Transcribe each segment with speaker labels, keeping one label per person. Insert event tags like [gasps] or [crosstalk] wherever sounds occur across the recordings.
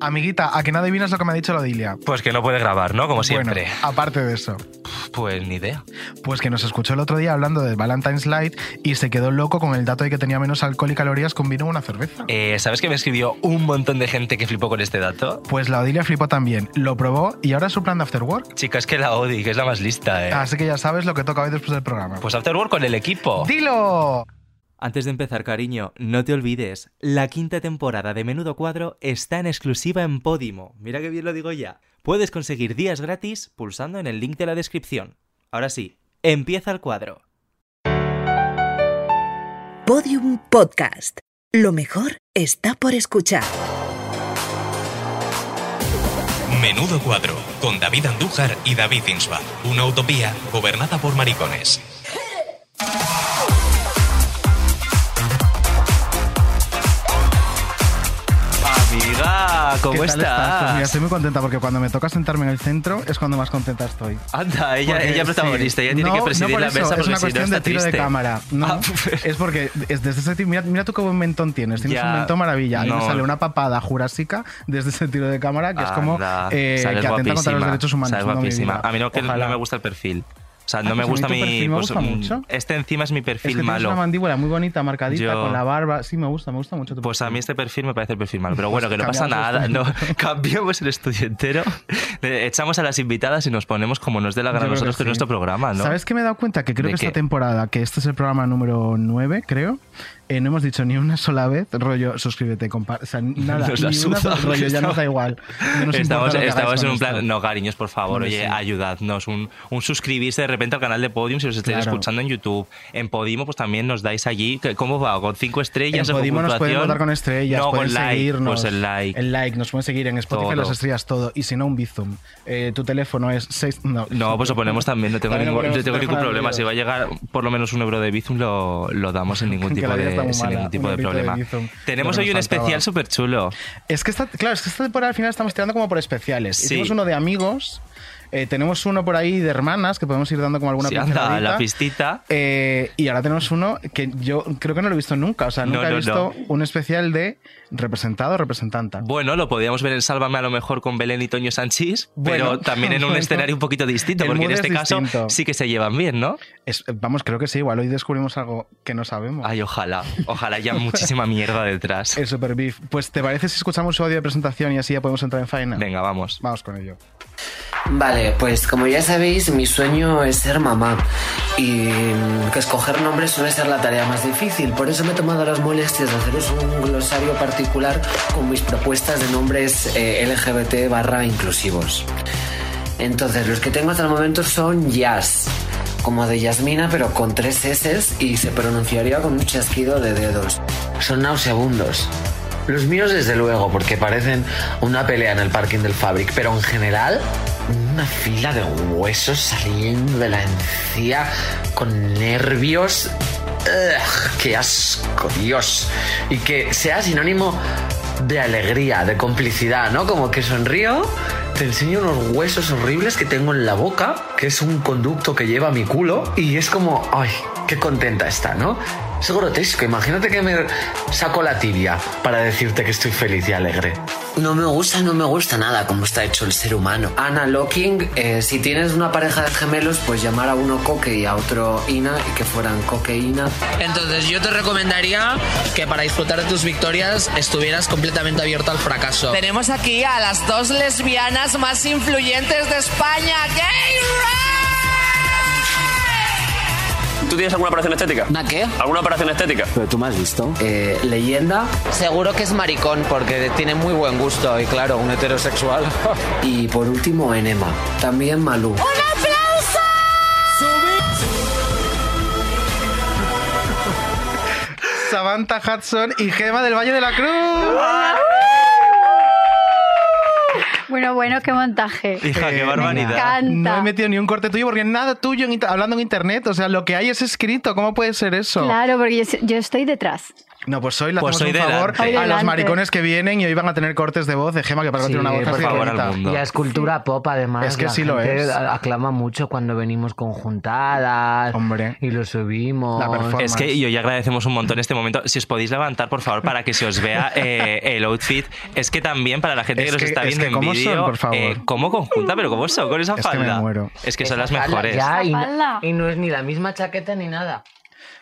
Speaker 1: Amiguita, ¿a que no adivinas lo que me ha dicho la Dilia?
Speaker 2: Pues que no puede grabar, ¿no? Como siempre.
Speaker 1: Bueno, aparte de eso,
Speaker 2: Pues ni idea.
Speaker 1: pues que nos escuchó el otro día hablando de Valentine's Light y se quedó loco con el dato de que tenía menos alcohol y calorías que un vino o una cerveza.
Speaker 2: Eh, ¿Sabes que me escribió un montón de gente que flipó con este dato?
Speaker 1: Pues la Odilia flipó también, lo probó y ahora es su plan de after work.
Speaker 2: Chica, es que la Odi, que es la más lista, ¿eh?
Speaker 1: Así que ya sabes lo que toca hoy después del programa.
Speaker 2: Pues After Work con el equipo.
Speaker 1: ¡Dilo!
Speaker 3: Antes de empezar, cariño, no te olvides, la quinta temporada de Menudo Cuadro está en exclusiva en Podimo. Mira que bien lo digo ya. Puedes conseguir días gratis pulsando en el link de la descripción. Ahora sí, empieza el cuadro.
Speaker 4: Podium Podcast. Lo mejor está por escuchar.
Speaker 5: Menudo cuadro, con David Andújar y David Insba. Una utopía gobernada por maricones.
Speaker 2: Amiga, ¿cómo
Speaker 1: ¿Qué tal estás? Pues mira,
Speaker 2: estás?
Speaker 1: estoy muy contenta porque cuando me toca sentarme en el centro es cuando más contenta estoy.
Speaker 2: Anda, ella,
Speaker 1: Porque,
Speaker 2: ella protagonista,
Speaker 1: sí.
Speaker 2: ella tiene
Speaker 1: No,
Speaker 2: que presidir
Speaker 1: no por
Speaker 2: la
Speaker 1: eso,
Speaker 2: mesa
Speaker 1: es
Speaker 2: porque
Speaker 1: una
Speaker 2: si no
Speaker 1: cuestión
Speaker 2: está
Speaker 1: de tiro
Speaker 2: triste.
Speaker 1: de
Speaker 2: [laughs]
Speaker 1: cámara. No,
Speaker 2: Ah,
Speaker 1: es porque es desde ese tiro, mira, mira tú qué buen mentón tienes, tienes
Speaker 2: Ya,
Speaker 1: un mentón maravilla. Y
Speaker 2: no.
Speaker 1: me sale una papada jurásica desde ese tiro de cámara que es como
Speaker 2: Anda,
Speaker 1: eh, que
Speaker 2: sales
Speaker 1: atenta contra los
Speaker 2: guapísima,
Speaker 1: derechos humanos.
Speaker 2: sales
Speaker 1: no mi
Speaker 2: guapísima.
Speaker 1: vida.
Speaker 2: A mí no, que no
Speaker 1: Ojalá.
Speaker 2: me gusta el perfil. O sea,
Speaker 1: Ah,
Speaker 2: no
Speaker 1: pues
Speaker 2: me
Speaker 1: a mí
Speaker 2: gusta
Speaker 1: tu
Speaker 2: mi...
Speaker 1: perfil me
Speaker 2: pues,
Speaker 1: gusta
Speaker 2: mm,
Speaker 1: mucho.
Speaker 2: Este encima es mi
Speaker 1: Es
Speaker 2: perfil
Speaker 1: que tienes
Speaker 2: malo.
Speaker 1: una mandíbula muy bonita, marcadita,
Speaker 2: Yo-
Speaker 1: con la barba. Sí, me gusta, me gusta mucho tu
Speaker 2: Pues a mí este perfil me parece el perfil malo, pero bueno, que no
Speaker 1: Pues Cambiamos
Speaker 2: pasa
Speaker 1: el
Speaker 2: nada. No,
Speaker 1: estudio. [laughs]
Speaker 2: cambiamos el estudio entero, le echamos a las invitadas y nos ponemos como nos dé la
Speaker 1: Yo
Speaker 2: gana a
Speaker 1: creo que
Speaker 2: nosotros que es
Speaker 1: sí.
Speaker 2: nuestro programa, ¿no?
Speaker 1: ¿Sabes qué me he dado cuenta? Que creo
Speaker 2: ¿De
Speaker 1: que
Speaker 2: qué?
Speaker 1: esta temporada, que este es el programa número 9, creo, eh, no hemos dicho ni una sola vez, rollo, suscríbete, compa- O
Speaker 2: [laughs]
Speaker 1: sea, nada,
Speaker 2: Nos
Speaker 1: ni
Speaker 2: la
Speaker 1: una
Speaker 2: suda,
Speaker 1: sola- rollo, ya nos da igual. No nos
Speaker 2: estamos
Speaker 1: importa lo que
Speaker 2: estamos
Speaker 1: hagáis
Speaker 2: en
Speaker 1: con
Speaker 2: un plan.
Speaker 1: esto.
Speaker 2: No, cariños, por favor,
Speaker 1: Hombre,
Speaker 2: oye,
Speaker 1: sí.
Speaker 2: ayudadnos. Un, un suscribirse de repente al canal de Podium si os estáis
Speaker 1: Claro.
Speaker 2: escuchando en YouTube. En Podimo, pues también nos dais allí. que- ¿Cómo va? ¿Con cinco estrellas?
Speaker 1: en
Speaker 2: o
Speaker 1: Podimo nos pueden
Speaker 2: puntuación?
Speaker 1: votar con estrellas,
Speaker 2: No,
Speaker 1: pueden
Speaker 2: con like.
Speaker 1: seguirnos.
Speaker 2: Pues el like.
Speaker 1: El like, nos pueden seguir en Spotify,
Speaker 2: Todo.
Speaker 1: las estrellas, todo. Y si no, un bizum. Eh, tu teléfono es 6... No,
Speaker 2: No, pues lo ponemos también, no tengo
Speaker 1: También lo
Speaker 2: ningún,
Speaker 1: ponemos
Speaker 2: yo tengo ningún
Speaker 1: teléfono
Speaker 2: problema.
Speaker 1: de
Speaker 2: Si va a llegar por lo menos un euro de Bizum, lo, lo damos
Speaker 1: [laughs]
Speaker 2: sin ningún
Speaker 1: Que
Speaker 2: tipo
Speaker 1: la vida
Speaker 2: de,
Speaker 1: está muy
Speaker 2: sin
Speaker 1: mala,
Speaker 2: ningún
Speaker 1: un
Speaker 2: tipo de
Speaker 1: eurito de
Speaker 2: problema.
Speaker 1: Bizum,
Speaker 2: Tenemos
Speaker 1: lo que
Speaker 2: hoy un
Speaker 1: nos faltaba.
Speaker 2: especial súper chulo.
Speaker 1: Es que esta, claro, es que esta temporada al final estamos tirando como por especiales.
Speaker 2: Sí.
Speaker 1: Hicimos uno de amigos, eh, tenemos uno por ahí de hermanas que podemos ir dando como alguna
Speaker 2: Sí,
Speaker 1: pinceladita.
Speaker 2: anda, la pistita.
Speaker 1: Eh, y ahora tenemos uno que yo creo que no lo he visto nunca. O sea,
Speaker 2: No,
Speaker 1: nunca he
Speaker 2: no,
Speaker 1: visto un especial de representado o representanta.
Speaker 2: Bueno, lo podíamos ver en Sálvame a lo mejor con Belén y Toño Sanchís,
Speaker 1: Bueno,
Speaker 2: pero
Speaker 1: [laughs]
Speaker 2: también en un
Speaker 1: bueno.
Speaker 2: escenario un poquito distinto,
Speaker 1: El
Speaker 2: porque en
Speaker 1: mood es
Speaker 2: este caso
Speaker 1: distinto.
Speaker 2: sí que se llevan bien, ¿no?
Speaker 1: Es- vamos, creo que sí. Igual hoy descubrimos algo que no sabemos.
Speaker 2: Ay, ojalá, ojalá haya muchísima mierda
Speaker 1: [laughs]
Speaker 2: detrás.
Speaker 1: El Super Beef. Pues, ¿te parece si escuchamos su audio de presentación y así ya podemos entrar en faena?
Speaker 2: Venga, vamos.
Speaker 1: Vamos con ello.
Speaker 6: Vale, pues como ya sabéis, mi sueño es ser mamá y mm, que escoger nombres suele ser la tarea más difícil. Por eso me he tomado las molestias de haceros un glosario particular con mis propuestas de nombres eh, LGBT barra inclusivos. Entonces, los que tengo hasta el momento son Jazz, como de Yasmina, pero con tres S y se pronunciaría con un chasquido de dedos. Son nauseabundos. Los míos, desde luego, porque parecen una pelea en el parking del Fabric, pero en general, una fila de huesos saliendo de la encía con nervios. Ugh, ¡Qué asco, Dios! Y que sea sinónimo de alegría, de complicidad, ¿no? Como que sonrío, te enseño unos huesos horribles que tengo en la boca, que es un conducto que lleva a mi culo, y es como, ¡ay, qué contenta está, ¿no? Es grotesco, imagínate que me saco la tibia para decirte que estoy feliz y alegre. No me gusta, no me gusta nada como está hecho el ser humano. Ana Locking, eh, si tienes una pareja de gemelos, pues llamar a uno coque y a otro ina y que fueran e coqueína.
Speaker 7: Entonces yo te recomendaría que para disfrutar de tus victorias estuvieras completamente abierto al fracaso.
Speaker 8: Tenemos aquí a las dos lesbianas más influyentes de España, Gay
Speaker 9: ¿Tú tienes alguna operación estética?
Speaker 6: ¿Una qué?
Speaker 9: ¿Alguna operación estética?
Speaker 6: Pero tú me has visto. Eh, leyenda
Speaker 7: Seguro que es maricón porque tiene muy buen gusto y claro, un heterosexual.
Speaker 6: [laughs] y por último enema. También Malú.
Speaker 1: Samantha Hudson y Gema del Valle de la Cruz.
Speaker 10: Bueno, bueno, qué montaje.
Speaker 2: Hija, qué
Speaker 1: Eh,
Speaker 10: Me
Speaker 2: barbaridad.
Speaker 1: No he
Speaker 10: encanta.
Speaker 1: metido ni un corte tuyo porque nada tuyo en inter- hablando en internet. O sea, lo que hay es escrito. ¿Cómo puede ser eso?
Speaker 10: Claro, porque yo, yo estoy detrás.
Speaker 1: No, pues hoy le
Speaker 2: Pues
Speaker 1: hacemos
Speaker 2: hoy
Speaker 1: un favor
Speaker 2: delante. Hoy
Speaker 1: a los
Speaker 10: delante.
Speaker 1: maricones que vienen y hoy van a tener cortes de voz de Gema que para
Speaker 6: Sí,
Speaker 1: tiene una voz
Speaker 6: por
Speaker 1: así de
Speaker 6: favor,
Speaker 1: bonita.
Speaker 2: al mundo.
Speaker 6: Y es cultura pop, además.
Speaker 1: Es que
Speaker 6: la
Speaker 1: sí lo
Speaker 6: gente
Speaker 1: es.
Speaker 6: a- aclama mucho cuando venimos conjuntadas.
Speaker 1: Hombre.
Speaker 6: Y lo subimos. Eh,
Speaker 1: La performance.
Speaker 2: Es que yo ya agradecemos un montón este momento. Si os podéis levantar, por favor, para que se os vea eh, el outfit. Es que también para la gente
Speaker 1: Es
Speaker 2: que, nos
Speaker 1: que-
Speaker 2: está
Speaker 1: es
Speaker 2: viendo
Speaker 1: que
Speaker 2: en
Speaker 1: cómo son,
Speaker 2: vídeo,
Speaker 1: por favor.
Speaker 2: eh, ¿cómo conjunta? Pero ¿cómo son con esa
Speaker 1: Es que
Speaker 2: falda?
Speaker 1: me muero.
Speaker 2: Es que son
Speaker 6: Esa
Speaker 2: las
Speaker 6: falda,
Speaker 2: mejores.
Speaker 6: Ya, y, no,
Speaker 10: falda.
Speaker 6: y no es ni la misma chaqueta ni nada.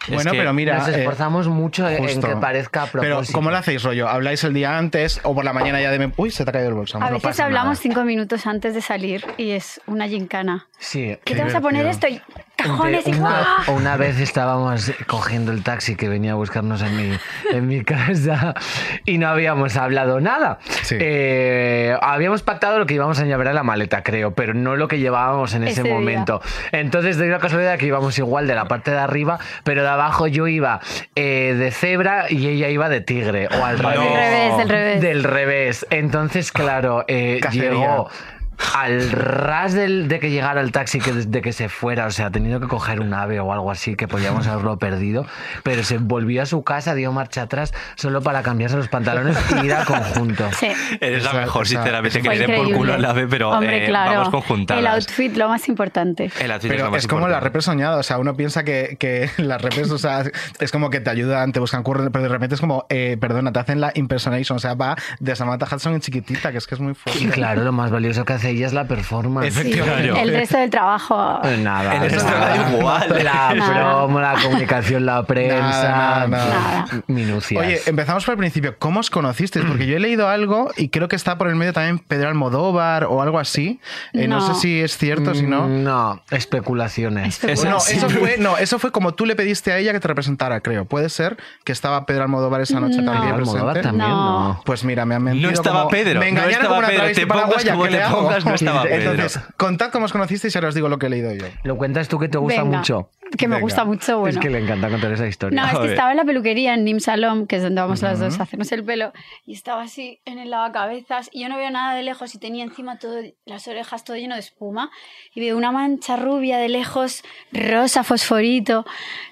Speaker 2: Es
Speaker 1: Bueno,
Speaker 2: que
Speaker 1: pero mira.
Speaker 6: Nos
Speaker 1: eh,
Speaker 6: esforzamos mucho en- en
Speaker 1: justo.
Speaker 6: que parezca a
Speaker 1: Pero,
Speaker 6: propósito.
Speaker 1: ¿cómo lo hacéis, rollo? ¿Habláis el día antes o por la mañana ya de. me- Uy, se te ha caído el bolso.
Speaker 10: A
Speaker 1: no
Speaker 10: veces
Speaker 1: pasa
Speaker 10: hablamos
Speaker 1: nada.
Speaker 10: cinco minutos antes de salir y es una gincana.
Speaker 6: Sí.
Speaker 10: ¿Qué,
Speaker 1: Qué
Speaker 10: te vas a poner esto?
Speaker 1: divertido.
Speaker 10: Y cajones ¡Ah! y
Speaker 6: una,
Speaker 10: ¡guau!
Speaker 6: una vez estábamos cogiendo el taxi que venía a buscarnos en mi, en mi casa y no habíamos hablado nada.
Speaker 1: Sí.
Speaker 6: Eh, habíamos pactado lo que íbamos a llevar a la maleta, creo, pero no lo que llevábamos en ese,
Speaker 10: Ese día.
Speaker 6: momento. Entonces doy la casualidad que íbamos igual de la parte de arriba, pero de abajo yo iba eh, de cebra y ella iba de tigre, o al
Speaker 2: No.
Speaker 10: Del revés, del revés.
Speaker 6: del revés. Entonces, claro, eh,
Speaker 1: Cacería.
Speaker 6: llegó al ras del- de que llegara el taxi, que, de que se fuera, o sea, ha tenido que coger un ave o algo así, que podíamos haberlo perdido, pero se volvió a su casa, dio marcha atrás, solo para cambiarse los pantalones y ir al conjunto.
Speaker 10: Sí.
Speaker 2: [laughs] Eres la
Speaker 1: Esa-
Speaker 2: mejor,
Speaker 1: esa-
Speaker 2: sinceramente, que
Speaker 10: Fue
Speaker 2: le den por
Speaker 10: increíble.
Speaker 2: culo al ave, pero
Speaker 10: Hombre,
Speaker 2: eh,
Speaker 10: claro.
Speaker 2: vamos conjuntadas.
Speaker 10: El outfit, lo más importante.
Speaker 1: Eh,
Speaker 2: El outfit es, lo
Speaker 1: Pero
Speaker 2: más
Speaker 1: es como la
Speaker 2: importante.
Speaker 1: repre soñada, o sea, uno piensa que, que [laughs] las repres, o sea, es como que te ayudan, te buscan curro, pero de repente es como, eh, perdona, te hacen la impersonation, o sea, va de Samantha Hudson en chiquitita, que es que es muy fuerte.
Speaker 6: Y claro, lo más valioso que hace ella es la performance.
Speaker 10: Sí,
Speaker 2: Claro.
Speaker 10: El resto del trabajo.
Speaker 6: Eh, Nada.
Speaker 2: El resto
Speaker 6: nada.
Speaker 2: da igual.
Speaker 6: [laughs] La
Speaker 10: Nada.
Speaker 6: promo, la comunicación, la prensa.
Speaker 1: nada, nada.
Speaker 10: Nada.
Speaker 6: Minucias.
Speaker 1: Oye, empezamos por el principio. ¿Cómo os conocisteis? Porque yo he leído algo y creo que está por el medio también Pedro Almodóvar o algo así. Eh, no.
Speaker 10: No.
Speaker 1: sé si es cierto, si no.
Speaker 6: Mm, No, especulaciones.
Speaker 1: No,
Speaker 10: Especulación.
Speaker 1: eso fue,
Speaker 2: [laughs]
Speaker 1: no, eso fue como tú le pediste a ella que te representara, creo. Puede ser que estaba Pedro Almodóvar esa noche
Speaker 10: No.
Speaker 1: también
Speaker 6: Pedro Almodóvar
Speaker 1: presente.
Speaker 6: también,
Speaker 10: No.
Speaker 6: no.
Speaker 1: Pues mira, me han mentido.
Speaker 2: No estaba
Speaker 1: como-
Speaker 2: Pedro,
Speaker 1: Me
Speaker 2: no
Speaker 1: engañaron
Speaker 2: estaba
Speaker 1: como una
Speaker 2: Pedro,
Speaker 1: travesti
Speaker 2: te pongas
Speaker 1: paraguaya.
Speaker 2: como
Speaker 1: ¿qué
Speaker 2: te
Speaker 1: le hago?
Speaker 2: pongas, no estaba Pedro.
Speaker 1: Entonces, contad cómo os conocisteis y ahora os digo lo que he leído yo.
Speaker 6: Lo cuentas tú que te gusta
Speaker 10: Venga,
Speaker 6: mucho.
Speaker 10: Que me
Speaker 1: Venga.
Speaker 10: gusta mucho, bueno.
Speaker 6: Es que le encanta contar esa historia. [laughs]
Speaker 10: No, es
Speaker 2: Joder.
Speaker 10: que estaba en la peluquería en Nim Salom, que es donde vamos las dos a hacernos el pelo, y estaba así en el lavacabezas, y yo no veo nada de lejos, y tenía encima todo, las orejas todo lleno de espuma, y veo una mancha rubia de lejos, rosa, fosforito,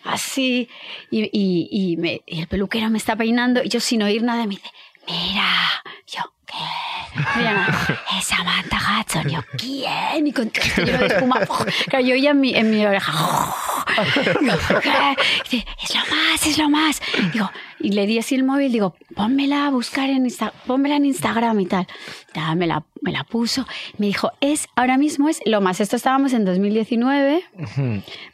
Speaker 10: así, y, y- y me- y el peluquero me está peinando, y yo sin oír nada me dice, mira, yo, ¿qué? Me llama, es Samantha Hudson, yo, ¿quién? Y con todo esto lleno de espuma, ¡oh! claro, yo ya en mi, en mi oreja, ¡oh! Dice, es lo más, es lo más. Digo, y le di así el móvil, digo, pónmela a buscar en, Insta- pónmela en Instagram y tal. Ya, me, la, me la puso. Me dijo, es, ahora mismo es lo más. Esto estábamos en 2019,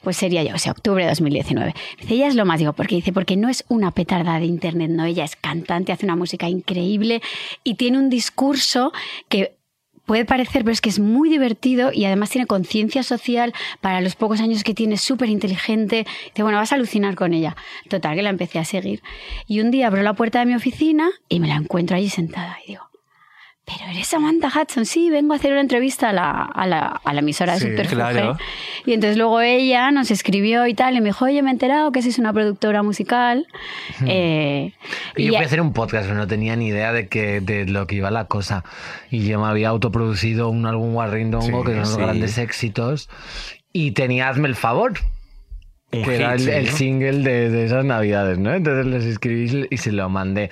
Speaker 10: pues sería ya, o sea, octubre de 2019. Dice, ella es lo más, digo, porque dice, porque no es una petarda de internet, no, ella es cantante, hace una música increíble y tiene un discurso que puede parecer, pero es que es muy divertido y además tiene conciencia social para los pocos años que tiene, súper inteligente. Dice, bueno, vas a alucinar con ella. Total, que la empecé a seguir. Y un día abro la puerta de mi oficina y me la encuentro allí sentada y digo, pero eres Samantha Hudson, sí, vengo a hacer una entrevista a la, a la, a la emisora de
Speaker 1: Sí,
Speaker 10: Subterfuge.
Speaker 2: claro.
Speaker 10: Y entonces luego ella nos escribió y tal, y me dijo, oye, me he enterado que sois una productora musical. Eh,
Speaker 6: Hmm. Y yo
Speaker 10: y-
Speaker 6: fui a hacer un podcast, pero no tenía ni idea de que de lo que iba la cosa. Y yo me había autoproducido un álbum guarrindongo,
Speaker 1: Sí,
Speaker 6: que son los
Speaker 2: sí.
Speaker 6: grandes éxitos. Y tenía Hazme el favor.
Speaker 2: Un
Speaker 6: que era
Speaker 2: hit,
Speaker 6: el,
Speaker 2: sí,
Speaker 6: el
Speaker 2: ¿no?
Speaker 6: single de, de esas navidades, ¿no? Entonces les escribí y se lo mandé.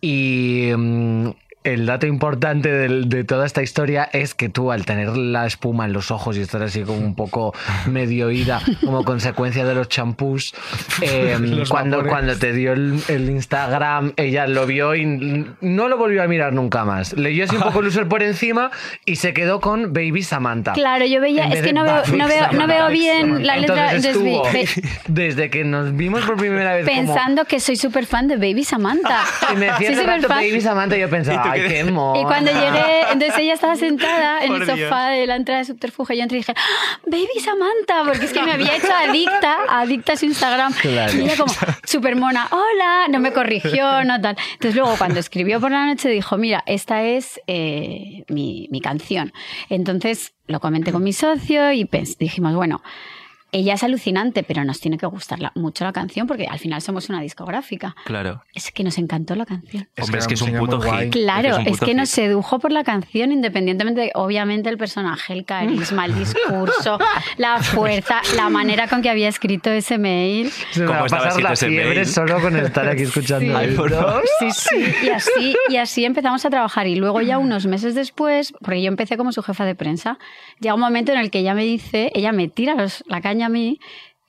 Speaker 6: Y mm, el dato importante del- de, toda esta historia es que tú, al tener la espuma en los ojos y estar así como un poco medio ida como consecuencia de los champús, eh,
Speaker 1: [laughs] Los
Speaker 6: cuando,
Speaker 1: vapores.
Speaker 6: cuando te dio el, el Instagram, ella lo vio y n- no lo volvió a mirar nunca más. Leyó así un poco el user por encima y se quedó con Baby Samantha.
Speaker 10: Claro, yo veía,
Speaker 6: En vez
Speaker 10: es que
Speaker 6: de
Speaker 10: no veo,
Speaker 6: Buffy,
Speaker 10: no veo, no
Speaker 6: Samantha.
Speaker 10: veo bien la letra.
Speaker 6: Entonces
Speaker 10: entonces vi-
Speaker 6: estuvo
Speaker 10: ve-
Speaker 6: [laughs] desde que nos vimos por primera vez como-
Speaker 10: pensando que soy súper fan de Baby Samantha.
Speaker 6: [laughs] y me decía
Speaker 10: Soy
Speaker 6: todo el rato
Speaker 10: superfan.
Speaker 6: Baby Samantha y yo pensaba, ay, qué mono.
Speaker 10: Y cuando llegué, entonces ella estaba sentada en el
Speaker 2: Por Dios.
Speaker 10: sofá de la entrada de subterfugio. Yo entré y dije, ¡Ah, Baby Samantha, porque es que me había hecho adicta, adicta a su Instagram.
Speaker 6: Claro.
Speaker 10: Y ella como, súper mona, hola, no me corrigió, no tal. Entonces luego cuando escribió por la noche dijo, mira, esta es eh, mi, mi canción. Entonces lo comenté con mi socio y pens- pues dijimos, bueno, ella es alucinante, pero nos tiene que gustar la- mucho la canción porque al final somos una discográfica.
Speaker 3: Claro.
Speaker 10: Es que nos encantó la canción.
Speaker 3: Hombre, es que es
Speaker 1: era
Speaker 3: un
Speaker 1: música
Speaker 3: puto
Speaker 1: muy guay.
Speaker 3: hit.
Speaker 10: Claro,
Speaker 3: un
Speaker 10: es
Speaker 3: puto
Speaker 10: que
Speaker 3: hit.
Speaker 10: nos sedujo por la canción, independientemente de, obviamente, el personaje, el carisma, el discurso, la fuerza, la manera con que había escrito ese mail.
Speaker 6: Se me
Speaker 3: ¿Cómo
Speaker 6: va a
Speaker 3: estaba
Speaker 6: pasar
Speaker 3: escrito
Speaker 6: la
Speaker 3: ese
Speaker 6: fiebre
Speaker 3: mail?
Speaker 6: solo con estar aquí
Speaker 10: Sí.
Speaker 6: escuchando esto.
Speaker 10: Sí, sí, y así, y así empezamos a trabajar. Y luego ya unos meses después, porque yo empecé como su jefa de prensa, llega un momento en el que ella me dice, ella me tira los- la caña a mí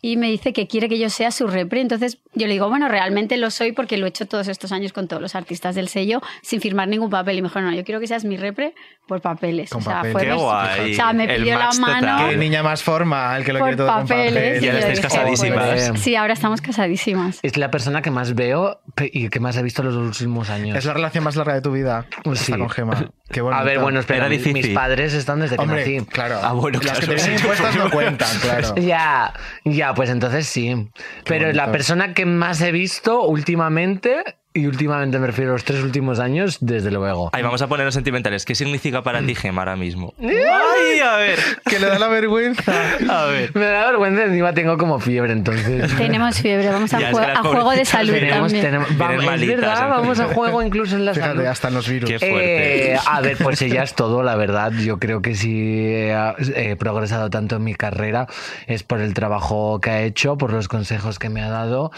Speaker 10: y me dice que quiere que yo sea su repre. Entonces yo le digo, bueno, realmente lo soy porque lo he hecho todos estos años con todos los artistas del sello sin firmar ningún papel. Y me dijo, no, yo quiero que seas mi repre por papeles.
Speaker 1: Con
Speaker 10: o sea,
Speaker 1: papeles.
Speaker 10: fue
Speaker 3: Qué
Speaker 10: nuestro-
Speaker 3: guay.
Speaker 10: O sea, me
Speaker 3: El
Speaker 10: pidió la
Speaker 3: match
Speaker 10: mano.
Speaker 3: total.
Speaker 1: Qué niña más formal, que lo
Speaker 10: Por
Speaker 1: quiere todo con
Speaker 10: papeles,
Speaker 1: papeles.
Speaker 10: Y ahora
Speaker 3: estáis casadísimas.
Speaker 6: Joder.
Speaker 10: Sí, ahora estamos
Speaker 3: [laughs]
Speaker 10: casadísimas.
Speaker 6: Es la persona que más veo pe- y que más he visto los últimos años.
Speaker 1: Es la relación más larga de tu vida.
Speaker 6: Sí.
Speaker 1: Está con Gema. Qué bonito.
Speaker 6: A ver, bueno, espera,
Speaker 3: Era
Speaker 6: mis, mis
Speaker 3: difícil.
Speaker 6: padres están desde que
Speaker 1: Hombre,
Speaker 6: nací.
Speaker 1: claro.
Speaker 3: Ah, bueno,
Speaker 1: Las que
Speaker 3: claro.
Speaker 1: te vienen impuestas no cuentan, claro.
Speaker 6: Ya, ya, pues entonces sí. Pero
Speaker 1: Ah. bonito.
Speaker 6: la persona que más he visto últimamente, y últimamente me refiero a los tres últimos años, desde luego.
Speaker 3: Ahí vamos a ponernos sentimentales. ¿Qué significa para ti Gema ahora mismo? Ay, a ver.
Speaker 1: Que le da la vergüenza.
Speaker 3: A ver.
Speaker 6: Me da vergüenza, encima tengo como fiebre, entonces.
Speaker 10: Tenemos fiebre, vamos
Speaker 3: [laughs]
Speaker 10: a,
Speaker 3: Ya, es
Speaker 10: jue-
Speaker 3: que las
Speaker 10: a juego de
Speaker 3: pobrecitas
Speaker 10: salud
Speaker 6: tenemos,
Speaker 10: también.
Speaker 6: tenemos, vamos, es
Speaker 3: malitas,
Speaker 6: verdad,
Speaker 3: entonces.
Speaker 6: vamos a juego incluso en la salud.
Speaker 1: Fíjate, hasta en los virus.
Speaker 3: Qué fuerte.
Speaker 6: Eh, a ver, pues ella es todo, la verdad. Yo creo que si he, he progresado tanto en mi carrera es por el trabajo que ha hecho, por los consejos que me ha dado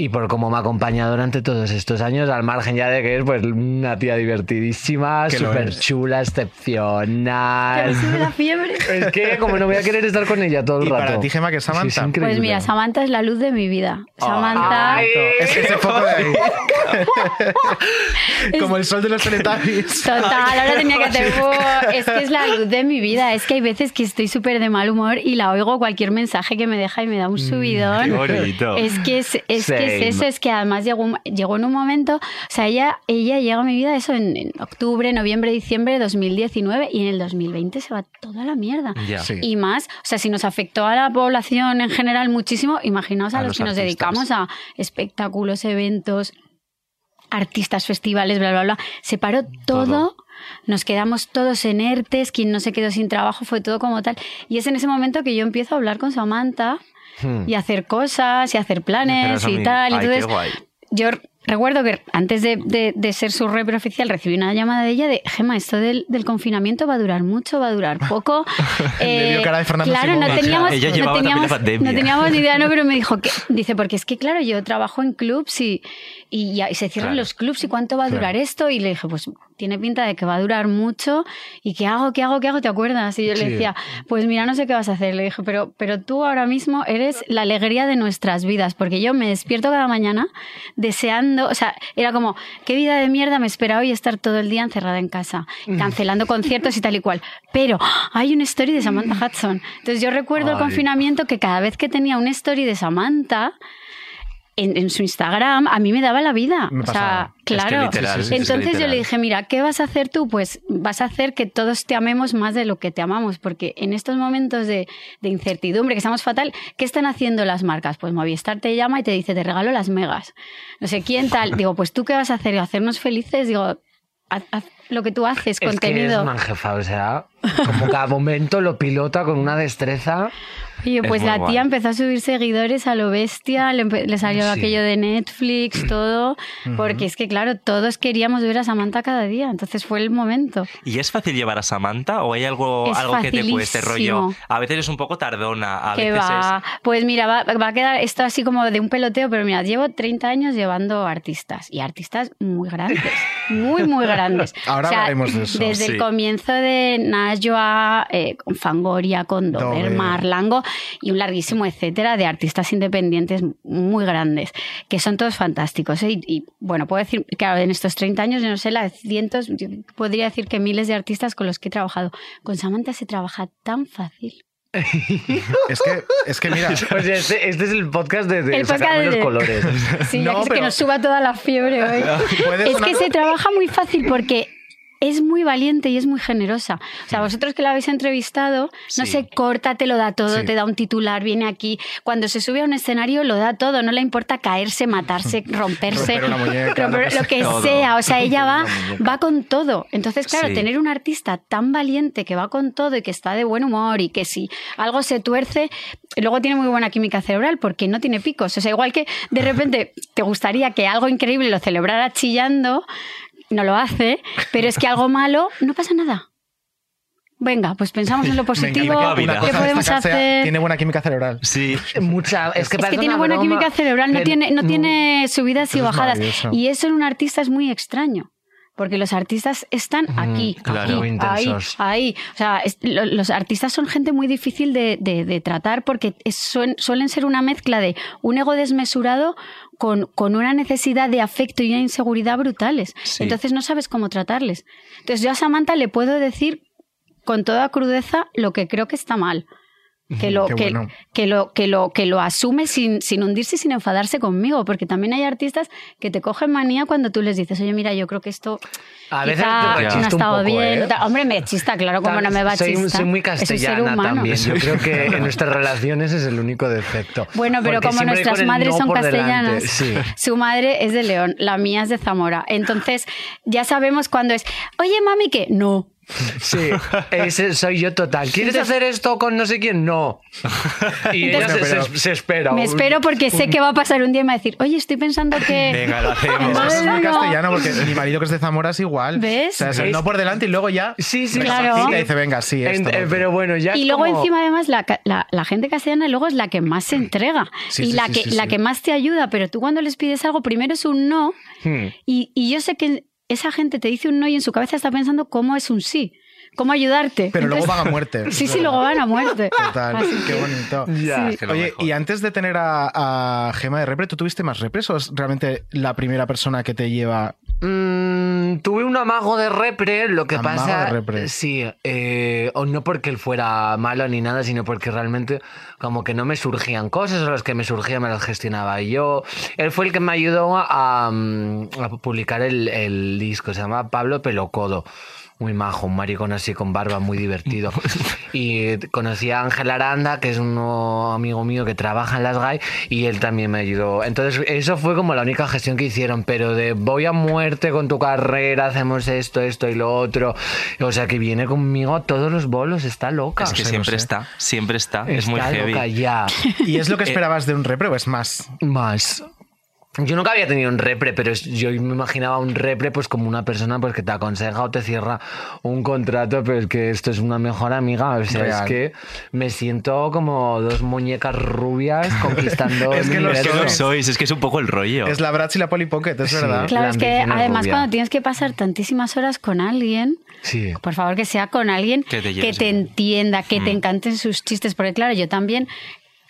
Speaker 6: y por cómo me ha acompañado durante todos estos años, al margen ya de que es pues una tía divertidísima,
Speaker 1: Que lo
Speaker 6: súper
Speaker 1: es.
Speaker 6: chula,
Speaker 10: [laughs] Que me
Speaker 1: [laughs]
Speaker 6: excepcional.
Speaker 10: sube la fiebre.
Speaker 6: Es que como no voy a querer estar con ella todo el
Speaker 1: Y
Speaker 6: rato.
Speaker 1: para ti, Gemma, que es
Speaker 6: Sí, es
Speaker 1: Samantha.
Speaker 6: increíble.
Speaker 10: Pues mira, Samantha es la luz de mi vida. Samantha
Speaker 6: Ay.
Speaker 1: Es que ese foco de ahí. Como el sol de los teletubbies.
Speaker 10: Total, ahora tenía que hacer. "Buah". Es que es la luz de mi vida. Es que hay veces que estoy súper de mal humor y la oigo cualquier mensaje que me deja y me da un
Speaker 6: Mm,
Speaker 3: Qué
Speaker 10: subidón.
Speaker 3: bonito.
Speaker 10: Es que es, es que
Speaker 6: Same.
Speaker 10: es eso, es que además llegó, un- llegó en un momento, o sea, ella, ella llega a mi vida eso en, en octubre, noviembre, diciembre de 2019 y en el 2020 se va toda la mierda.
Speaker 3: Ya.
Speaker 1: Sí.
Speaker 10: Y más, o sea, si nos afectó a la población en general muchísimo, imaginaos a,
Speaker 3: A
Speaker 10: los,
Speaker 3: los
Speaker 10: que nos
Speaker 3: artistas.
Speaker 10: dedicamos a espectáculos, eventos, artistas, festivales, bla, bla, bla. Se paró todo. Nos quedamos todos en ERTES, quien no se quedó sin trabajo fue todo como tal. Y es en ese momento que yo empiezo a hablar con Samantha y a hacer cosas y a hacer
Speaker 3: Hmm. Pero
Speaker 10: planes
Speaker 3: eso a
Speaker 10: y
Speaker 3: mí-
Speaker 10: tal.
Speaker 3: Ay,
Speaker 10: Entonces,
Speaker 3: qué guay.
Speaker 10: yo recuerdo que antes de, de- de ser su repre oficial recibí una llamada de ella de Gema, esto del, del confinamiento va a durar mucho, va a durar
Speaker 3: [laughs]
Speaker 10: poco. Eh,
Speaker 1: Le vio cara de Fernando
Speaker 10: claro, no
Speaker 1: Simón.
Speaker 10: teníamos,
Speaker 3: Ella
Speaker 10: no
Speaker 3: llevaba también
Speaker 10: teníamos-
Speaker 3: la pandemia.
Speaker 10: no teníamos ni idea, no, pero me dijo que dice, porque es que claro, yo trabajo en clubs y, y, ya- y se cierran
Speaker 3: Claro.
Speaker 10: los clubs y cuánto va a
Speaker 1: Claro.
Speaker 10: durar esto. Y le dije, pues tiene pinta de que va a durar mucho. ¿Y qué hago? ¿Qué hago? ¿Qué hago? ¿Te acuerdas? Y yo le
Speaker 6: Sí.
Speaker 10: decía, pues mira, no sé qué vas a hacer. Le dije, pero, pero tú ahora mismo eres la alegría de nuestras vidas, porque yo me despierto cada mañana deseando, o sea, era como, qué vida de mierda me espera hoy estar todo el día encerrada en casa, cancelando conciertos y tal y cual. Pero ¡ah! hay una story de Samantha Hudson. Entonces yo recuerdo el confinamiento que cada vez que tenía una story de Samantha, en, en su Instagram, a mí me daba la vida.
Speaker 1: Me
Speaker 10: o sea,
Speaker 1: pasaba.
Speaker 3: que
Speaker 10: claro.
Speaker 3: literal, es que
Speaker 10: Entonces yo
Speaker 3: literal.
Speaker 10: le dije, mira, ¿qué vas a hacer tú? Pues vas a hacer que todos te amemos más de lo que te amamos, porque en estos momentos de, de incertidumbre, que estamos fatal, ¿qué están haciendo las marcas? Pues Movistar te llama y te dice, te regalo las megas. No sé quién tal. Digo, pues tú qué vas a hacer? Digo, ¿Hacernos felices? Digo, haz, haz lo que tú haces,
Speaker 6: Es que es
Speaker 10: contenido.
Speaker 6: una jefa, o sea, como cada momento lo pilota con una destreza.
Speaker 10: Oye,
Speaker 3: Es
Speaker 10: pues
Speaker 3: muy
Speaker 10: la
Speaker 3: guay.
Speaker 10: tía empezó a subir seguidores a lo bestia, le, empe- le salió
Speaker 6: Sí.
Speaker 10: aquello de Netflix, todo, porque es que, claro, todos queríamos ver a Samantha cada día, entonces fue el momento.
Speaker 3: ¿Y es fácil llevar a Samantha o hay algo,
Speaker 10: Es
Speaker 3: algo que te cueste
Speaker 10: facilísimo.
Speaker 3: rollo? A veces es un poco tardona, a
Speaker 10: que
Speaker 3: veces
Speaker 10: va, pues mira, va, va a quedar esto así como de un peloteo, pero mira, llevo 30 años llevando artistas y artistas muy grandes, muy, muy grandes.
Speaker 1: Ahora hablaremos de eso.
Speaker 10: Desde
Speaker 3: Sí.
Speaker 10: el comienzo de Najwa, eh, con Fangoria, con Dover,
Speaker 1: Dover.
Speaker 10: Marlango y un larguísimo etcétera de artistas independientes muy grandes, que son todos fantásticos. ¿eh? Y, y, bueno, puedo decir, claro, en estos 30 años, yo no sé, las cientos, yo podría decir que miles de artistas con los que he trabajado. Con Samantha se trabaja tan fácil.
Speaker 1: Es que, [laughs] es que mira.
Speaker 6: O sea, este, este es el podcast de, de
Speaker 10: El
Speaker 6: sacarme
Speaker 10: podcast
Speaker 6: los
Speaker 10: de-
Speaker 6: colores.
Speaker 10: Sí,
Speaker 1: No,
Speaker 10: ya que, es que
Speaker 1: pero- [laughs]
Speaker 10: nos suba toda la fiebre hoy.
Speaker 1: Puede
Speaker 10: Es
Speaker 1: sonar-
Speaker 10: que se trabaja muy fácil porque es muy valiente y es muy generosa. O
Speaker 1: Mm.
Speaker 10: sea, vosotros que la habéis entrevistado,
Speaker 3: Sí.
Speaker 10: no sé, corta, te lo da todo,
Speaker 3: Sí.
Speaker 10: te da un titular, viene aquí. Cuando se sube a un escenario, lo da todo, no le importa
Speaker 1: [laughs]
Speaker 10: caerse, matarse, romperse,
Speaker 1: Romper una muñeca,
Speaker 10: romper
Speaker 1: lo
Speaker 10: lo
Speaker 1: que
Speaker 10: que
Speaker 1: sea. pues, Todo.
Speaker 10: sea.
Speaker 1: [laughs]
Speaker 10: O sea, ella va,
Speaker 1: Una muñeca.
Speaker 10: va con todo. Entonces, claro,
Speaker 1: Sí.
Speaker 10: tener un artista tan valiente que va con todo y que está de buen humor y que si algo se tuerce, luego tiene muy buena química cerebral porque no tiene picos. O sea, igual que de repente te gustaría que algo increíble lo celebrara chillando, no lo hace, pero es que algo malo no pasa nada. Venga, pues pensamos
Speaker 1: [laughs]
Speaker 10: en lo positivo, qué podemos hacer.
Speaker 1: Tiene buena química cerebral.
Speaker 2: [laughs]
Speaker 3: Sí.
Speaker 6: [laughs] Mucha. Es que,
Speaker 10: Es
Speaker 6: parece
Speaker 10: que tiene
Speaker 6: una
Speaker 10: buena
Speaker 6: broma, Mm,
Speaker 10: química cerebral, no
Speaker 6: pero-
Speaker 10: tiene, no tiene subidas
Speaker 6: Eso
Speaker 10: y
Speaker 6: es
Speaker 10: bajadas.
Speaker 6: maravilloso.
Speaker 10: Y eso en un artista es muy extraño. Porque los artistas están aquí,
Speaker 6: claro.
Speaker 10: aquí,
Speaker 6: Muy
Speaker 10: ahí,
Speaker 6: intensos.
Speaker 10: ahí. O sea, es- lo- los artistas son gente muy difícil de, de- de tratar porque es- suen- suelen ser una mezcla de un ego desmesurado con, con una necesidad de afecto y una inseguridad brutales.
Speaker 11: Sí.
Speaker 10: Entonces no sabes cómo tratarles. Entonces yo a Samantha le puedo decir con toda crudeza lo que creo que está mal que lo,
Speaker 11: Qué
Speaker 10: que,
Speaker 11: bueno.
Speaker 10: que lo, que lo, que lo asume sin, sin hundirse y sin enfadarse conmigo, porque también hay artistas que te cogen manía cuando tú les dices, oye, mira, yo creo que esto
Speaker 6: A
Speaker 10: quizá
Speaker 6: veces te
Speaker 10: no ha
Speaker 6: rechista un
Speaker 10: estado
Speaker 6: poco,
Speaker 10: bien.
Speaker 6: ¿eh?
Speaker 10: no tal. Hombre, me chista, claro, como no me va a
Speaker 6: soy,
Speaker 10: chistar.
Speaker 6: soy muy
Speaker 10: Es un ser
Speaker 6: castellana
Speaker 10: humano.
Speaker 6: también. Yo creo
Speaker 10: [laughs]
Speaker 6: que en nuestras relaciones es el único defecto.
Speaker 10: Bueno, pero
Speaker 6: Porque
Speaker 10: como
Speaker 6: siempre
Speaker 10: nuestras
Speaker 6: con el
Speaker 10: madres
Speaker 6: no
Speaker 10: son
Speaker 6: por delante.
Speaker 10: castellanas,
Speaker 6: Sí.
Speaker 10: su madre es de León, la mía es de Zamora. Entonces, ya sabemos cuándo es, oye, mami, que no.
Speaker 6: Sí, ese soy yo total. ¿Quieres
Speaker 10: Entonces-
Speaker 6: hacer esto con no sé quién? No. [laughs] Y ella
Speaker 10: Entonces-
Speaker 6: se, se- se espera.
Speaker 10: Me espero porque sé que va a pasar un día y me va a decir, oye, estoy pensando que...
Speaker 3: Venga, lo
Speaker 1: [laughs]
Speaker 3: hacemos.
Speaker 10: Madre
Speaker 1: Es muy
Speaker 10: mía.
Speaker 1: castellano porque mi marido que es de Zamora es igual.
Speaker 10: ¿Ves?
Speaker 1: O sea, es el
Speaker 10: ¿Ves?
Speaker 1: no por delante y luego ya.
Speaker 6: Sí,
Speaker 10: sí, Claro.
Speaker 1: Y dice, venga, sí, esto.
Speaker 6: En- eh, pero bueno, ya.
Speaker 10: y
Speaker 6: es
Speaker 10: luego
Speaker 6: como-
Speaker 10: encima además la, ca- la- la gente castellana luego es la que más se entrega
Speaker 6: Sí,
Speaker 10: y
Speaker 6: sí,
Speaker 10: la,
Speaker 6: sí,
Speaker 10: que,
Speaker 6: sí,
Speaker 10: la
Speaker 6: sí.
Speaker 10: que más te ayuda, pero tú cuando les pides algo primero es un no
Speaker 6: Hmm.
Speaker 10: y, y yo sé que esa gente te dice un no y en su cabeza está pensando cómo es un sí, cómo ayudarte.
Speaker 1: Pero luego
Speaker 10: Entonces-
Speaker 1: van a muerte.
Speaker 10: Sí, sí, luego van a muerte.
Speaker 1: Total,
Speaker 10: Así
Speaker 1: qué [laughs]
Speaker 10: que-
Speaker 1: bonito.
Speaker 10: Ya. Sí.
Speaker 1: Es que lo Oye, y antes de tener a, a Gema de Repre, ¿tú tuviste más repres o es realmente la primera persona que te
Speaker 10: [laughs]
Speaker 1: lleva?
Speaker 6: Mm, tuve un amago de repre, lo que
Speaker 1: Amago
Speaker 6: pasa.
Speaker 1: de repre.
Speaker 6: Sí, eh, o no porque él fuera malo ni nada, sino porque realmente como que no me surgían cosas, o las que me surgían me las gestionaba yo. Él fue el que me ayudó a, mm, a publicar el, el disco, se llama Pablo Pelocodo. Muy majo, un maricón así con barba, muy [laughs] divertido. Y conocí a Ángel Aranda, que es un amigo mío que trabaja en las GAI, y él también me ayudó. Entonces, eso fue como la única gestión que hicieron, pero de voy a muerte con tu carrera, hacemos esto, esto y lo otro. O sea, que viene conmigo a todos los bolos, está loca.
Speaker 3: Es que
Speaker 6: O sea,
Speaker 3: siempre
Speaker 6: no sé.
Speaker 3: está, siempre está, es muy
Speaker 6: Está
Speaker 3: heavy.
Speaker 6: loca ya.
Speaker 1: ¿Y es lo
Speaker 10: Eh,
Speaker 1: que esperabas de un repre o es más?
Speaker 6: Más. Yo nunca había tenido un repre, pero es- yo me imaginaba un repre pues como una persona pues que te aconseja o te cierra un contrato, pero es que esto es una mejor amiga. O sea,
Speaker 1: Real.
Speaker 6: es que me siento como dos
Speaker 3: [laughs]
Speaker 6: muñecas rubias conquistando
Speaker 3: es
Speaker 6: el
Speaker 3: que lo
Speaker 6: universo.
Speaker 3: sois. sois, es que es un poco el rollo.
Speaker 1: Es la Bratz y la Polly Pocket, es
Speaker 6: Sí.
Speaker 1: verdad.
Speaker 10: Claro,
Speaker 6: La
Speaker 10: es que
Speaker 6: ambición es
Speaker 10: además
Speaker 6: rubia.
Speaker 10: cuando tienes que pasar tantísimas horas con alguien,
Speaker 6: Sí.
Speaker 10: por favor que sea con alguien
Speaker 6: Que
Speaker 10: que
Speaker 6: te
Speaker 10: te,
Speaker 6: lleves bien.
Speaker 10: entienda, que te
Speaker 6: Mm.
Speaker 10: encanten sus chistes, porque claro, yo también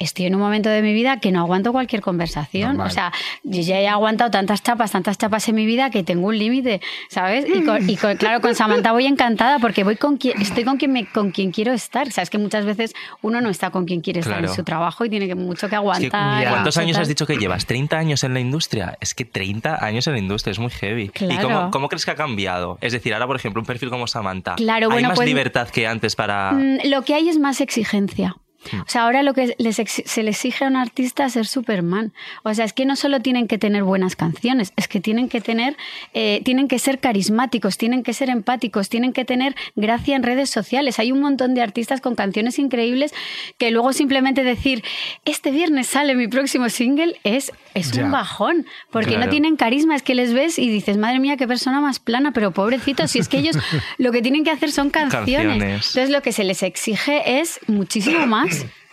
Speaker 10: estoy en un momento de mi vida que no aguanto cualquier conversación,
Speaker 11: Normal.
Speaker 10: o sea, yo ya he aguantado tantas chapas, tantas chapas en mi vida que tengo un límite, ¿sabes? Y, con- y con- claro, con Samantha voy encantada porque voy con quien, estoy con quien, me, con quien quiero estar, sabes que muchas veces uno no está con quien quiere estar
Speaker 3: Claro.
Speaker 10: en su trabajo y tiene que, mucho que
Speaker 3: Es que,
Speaker 10: aguantar.
Speaker 3: ¿Cuántos
Speaker 10: mucho
Speaker 3: años
Speaker 10: tal.
Speaker 3: has dicho que llevas? ¿30 años en la industria? Es que 30 años en la industria es muy heavy. ¿Y
Speaker 10: Claro.
Speaker 3: cómo, cómo crees que ha cambiado? Es decir, ahora, por ejemplo, un perfil como Samantha.
Speaker 10: Claro,
Speaker 3: ¿Hay
Speaker 10: bueno,
Speaker 3: más
Speaker 10: pues-
Speaker 3: libertad que antes para...?
Speaker 10: Mm, Lo que hay es más exigencia.
Speaker 3: Hmm.
Speaker 11: Mm.
Speaker 10: O sea, ahora lo que les ex- se le exige a un artista es ser Superman. O sea, es que no solo tienen que tener buenas canciones, es que tienen que tener, eh, tienen que ser carismáticos, tienen que ser empáticos, tienen que tener gracia en redes sociales. Hay un montón de artistas con canciones increíbles que luego simplemente decir este viernes sale mi próximo single es, es
Speaker 11: Ya.
Speaker 10: un bajón, porque
Speaker 11: Claro.
Speaker 10: no tienen carisma, es que les ves y dices, madre mía, qué persona más plana, pero pobrecito, si
Speaker 11: [laughs]
Speaker 10: es que ellos lo que tienen que hacer son canciones.
Speaker 11: Canciones.
Speaker 10: Entonces lo que se les exige es muchísimo más.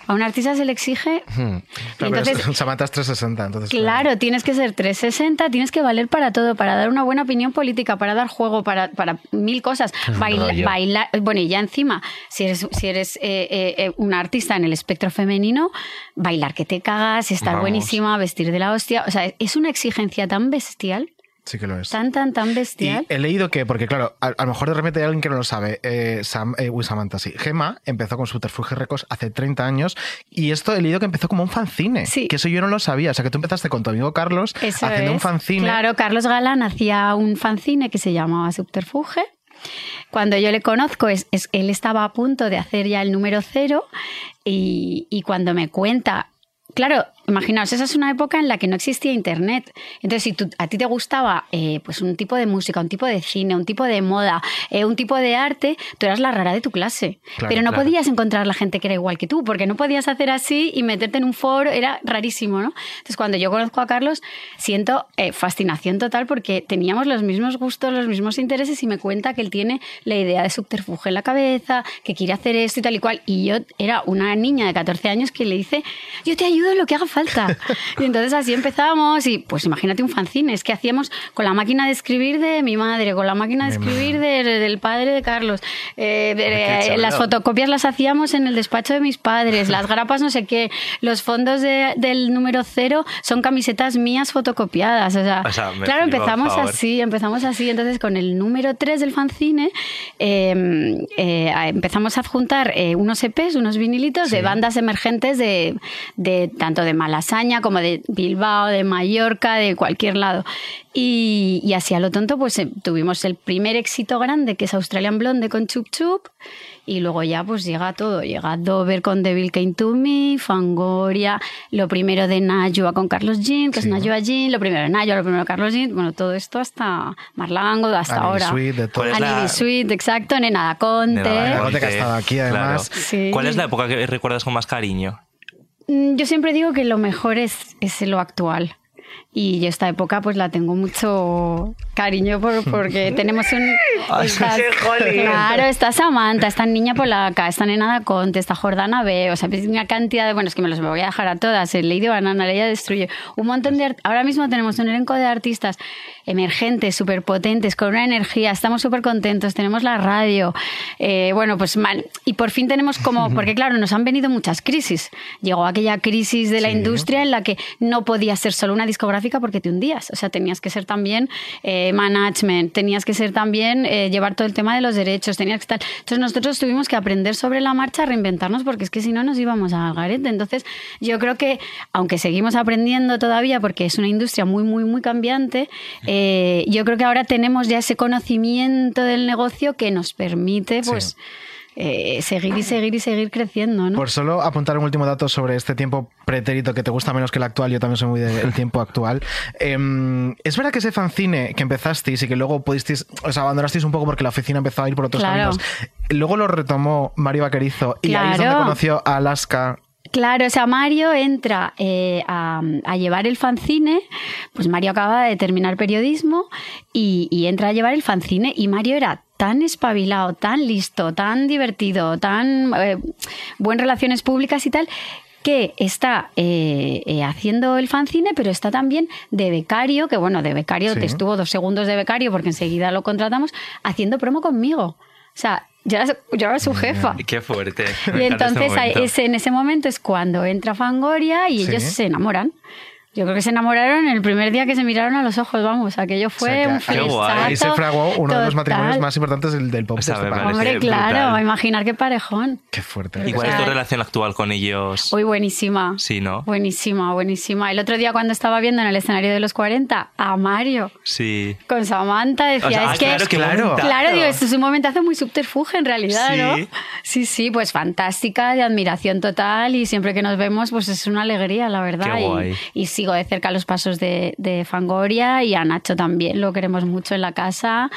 Speaker 10: A un artista se le exige,
Speaker 1: Hmm. Pero, [laughs]
Speaker 10: Entonces-
Speaker 1: pero es- Samantha es 360, entonces.
Speaker 10: claro, tienes que ser 360, tienes que valer para todo, para dar una buena opinión política, para dar juego, para, para mil cosas.
Speaker 11: un
Speaker 10: Baila-
Speaker 11: rollo.
Speaker 10: bailar, bueno, y ya encima, si eres, si eres eh, eh, eh, un artista en el espectro femenino, bailar que te cagas, estar
Speaker 1: Vamos.
Speaker 10: buenísima, vestir de la hostia. O sea, es una exigencia tan bestial,
Speaker 1: Sí que lo es.
Speaker 10: tan, tan, tan
Speaker 1: Pues Y
Speaker 10: bestial.
Speaker 1: he leído que, porque claro, a, a lo mejor de repente hay alguien que no lo sabe, eh, Sam, eh, uy, Samantha, sí. Gema empezó con Subterfuge Records hace 30 años y esto he leído que empezó como un fanzine, que eso yo no lo sabía, o sea que tú empezaste con tu amigo Carlos
Speaker 10: Eso
Speaker 1: haciendo un
Speaker 10: es.
Speaker 1: fanzine.
Speaker 10: Claro, Carlos Galán hacía un fanzine que se llamaba Subterfuge. Cuando yo le conozco, es, es- él estaba a punto de hacer ya el número cero y, y cuando me cuenta... Claro, imaginaos, esa es una época en la que no existía internet. Entonces, si tú- a ti te gustaba eh, pues un tipo de música, un tipo de cine, un tipo de moda, eh, un tipo de arte, tú eras la rara de tu clase.
Speaker 11: Claro,
Speaker 10: Pero no
Speaker 11: claro.
Speaker 10: podías encontrar la gente que era igual que tú, porque no podías hacer así y meterte en un foro, era rarísimo, ¿no? Entonces, cuando yo conozco a Carlos, siento eh, fascinación total porque teníamos los mismos gustos, los mismos intereses y me cuenta que él tiene la idea de subterfugio en la cabeza, que quiere hacer esto y tal y cual. Y yo era una niña de 14 años que le dice, yo te ayudo en lo que haga falta. y entonces así empezamos y pues imagínate un fanzine, es que hacíamos con la máquina de escribir de mi madre, con la máquina de
Speaker 11: Mi madre.
Speaker 10: escribir de- del padre de Carlos, eh, de-
Speaker 11: Qué
Speaker 10: eh,
Speaker 11: chulo.
Speaker 10: las fotocopias las hacíamos en el despacho de mis padres, las grapas no sé qué, los fondos de- del número cero son camisetas mías fotocopiadas. O sea,
Speaker 11: O sea, me
Speaker 10: claro,
Speaker 11: flipa, por
Speaker 10: empezamos
Speaker 11: favor.
Speaker 10: así, empezamos así. Entonces, con el número 3 del fanzine, eh, eh, empezamos a adjuntar eh, unos EPs, unos vinilitos de bandas emergentes de, de tanto de Malasaña como de Bilbao, de Mallorca, de cualquier lado. Y, y así a lo tonto, pues eh, tuvimos el primer éxito grande, que es Australian Blonde con Chup Chup. Y luego ya pues llega todo, llega Dover con Devil Came to Me, Fangoria, lo primero de Nayua con Carlos Jean, que es Nayua Jean, lo primero de Nayua, lo primero de Carlos Jean, bueno, todo esto hasta Marlango, hasta
Speaker 1: Annie
Speaker 10: ahora.
Speaker 1: Sweet, de todo.
Speaker 11: Pues
Speaker 1: ¿Cuál es
Speaker 10: Annie
Speaker 1: la-
Speaker 10: B. Sweet, exacto, Nenada Conte.
Speaker 1: Nenada Conte. que ha estado aquí, además.
Speaker 10: Sí.
Speaker 3: ¿Cuál es la época que recuerdas con más cariño?
Speaker 10: Mm, Yo siempre digo que lo mejor es, es lo actual. Y yo esta época pues la tengo mucho cariño por-
Speaker 1: [laughs]
Speaker 10: porque tenemos un...
Speaker 11: Ay,
Speaker 10: estas-
Speaker 11: sí, jolín.
Speaker 10: claro, está Samantha, está Niña Polaca, está Nenada Conte, está Jordana B. O sea, es una cantidad de... Bueno, es que me los voy a dejar a todas. El Lady Banana, Leia Destruye. Un montón de... art- Ahora mismo tenemos un elenco de artistas emergentes, súper potentes, con una energía. Estamos súper contentos. Tenemos la radio. Eh, bueno, pues man- Y por fin tenemos como... Porque claro, nos han venido muchas crisis. Llegó aquella crisis de la industria en la que no podías ser solo una discográfica porque te hundías. O sea, tenías que ser también eh, management, tenías que ser también eh, llevar todo el tema de los derechos, tenías que estar. Entonces, nosotros tuvimos que aprender sobre la marcha, reinventarnos, porque es que si no nos íbamos a garete. Entonces, yo creo que, aunque seguimos aprendiendo todavía, porque es una industria muy, muy, muy cambiante, eh, yo creo que ahora tenemos ya ese conocimiento del negocio que nos permite,
Speaker 1: Sí.
Speaker 10: pues. eh, seguir y seguir y seguir creciendo, ¿no?
Speaker 1: Por solo apuntar un último dato sobre este tiempo pretérito que te gusta menos que el actual, yo también soy muy
Speaker 3: [laughs]
Speaker 1: del tiempo actual. Em, es verdad que ese fanzine que empezasteis y que luego pudisteis, os abandonasteis un poco porque la oficina empezó a ir por otros
Speaker 10: Claro.
Speaker 1: caminos. Luego lo retomó Mario Vaquerizo y ahí es donde
Speaker 10: Claro.
Speaker 1: conoció a Alaska.
Speaker 10: Claro, o sea, Mario entra eh, a, a llevar el fanzine, pues Mario acaba de terminar periodismo y, y entra a llevar el fanzine y Mario era tan espabilado, tan listo, tan divertido, tan eh, buen relaciones públicas y tal, que está eh, eh, haciendo el fanzine, pero está también de becario, que bueno, de becario
Speaker 11: Sí.
Speaker 10: te estuvo dos segundos de becario porque enseguida lo contratamos, haciendo promo conmigo. O sea, yo era, su- yo era su jefa.
Speaker 3: Qué fuerte.
Speaker 1: [laughs]
Speaker 10: Y entonces ahí- es- en ese este momento es cuando entra Fangoria y
Speaker 3: Sí.
Speaker 10: ellos se enamoran. Yo creo que se enamoraron el primer día que se miraron a los ojos, vamos, aquello
Speaker 1: O
Speaker 10: fue
Speaker 1: sea, que
Speaker 10: un
Speaker 1: ahí-
Speaker 10: flechazo
Speaker 1: Ahí se fraguó uno de los
Speaker 10: total.
Speaker 1: matrimonios más importantes del, del pop. de
Speaker 3: sea,
Speaker 1: este
Speaker 3: me
Speaker 1: país.
Speaker 3: parece
Speaker 10: Hombre, claro, imaginar qué parejón.
Speaker 1: Qué fuerte.
Speaker 3: ¿Y cuál es tu relación actual con ellos?
Speaker 10: Uy, buenísima.
Speaker 3: Sí, ¿no?
Speaker 10: Buenísima, buenísima. El otro día cuando estaba viendo en el escenario de los 40 a Mario
Speaker 3: Sí.
Speaker 10: con Samantha decía,
Speaker 3: O sea, ah,
Speaker 10: es
Speaker 3: claro,
Speaker 10: que
Speaker 3: qué momentazo.
Speaker 10: claro, digo, esto es un momentazo muy subterfuge en realidad,
Speaker 3: Sí.
Speaker 10: ¿no? Sí, sí, pues fantástica, de admiración total y siempre que nos vemos pues es una alegría, la verdad.
Speaker 11: Qué
Speaker 10: y-
Speaker 11: guay.
Speaker 10: Y, sigo de cerca los pasos de, de Fangoria y a Nacho también, lo queremos mucho en la casa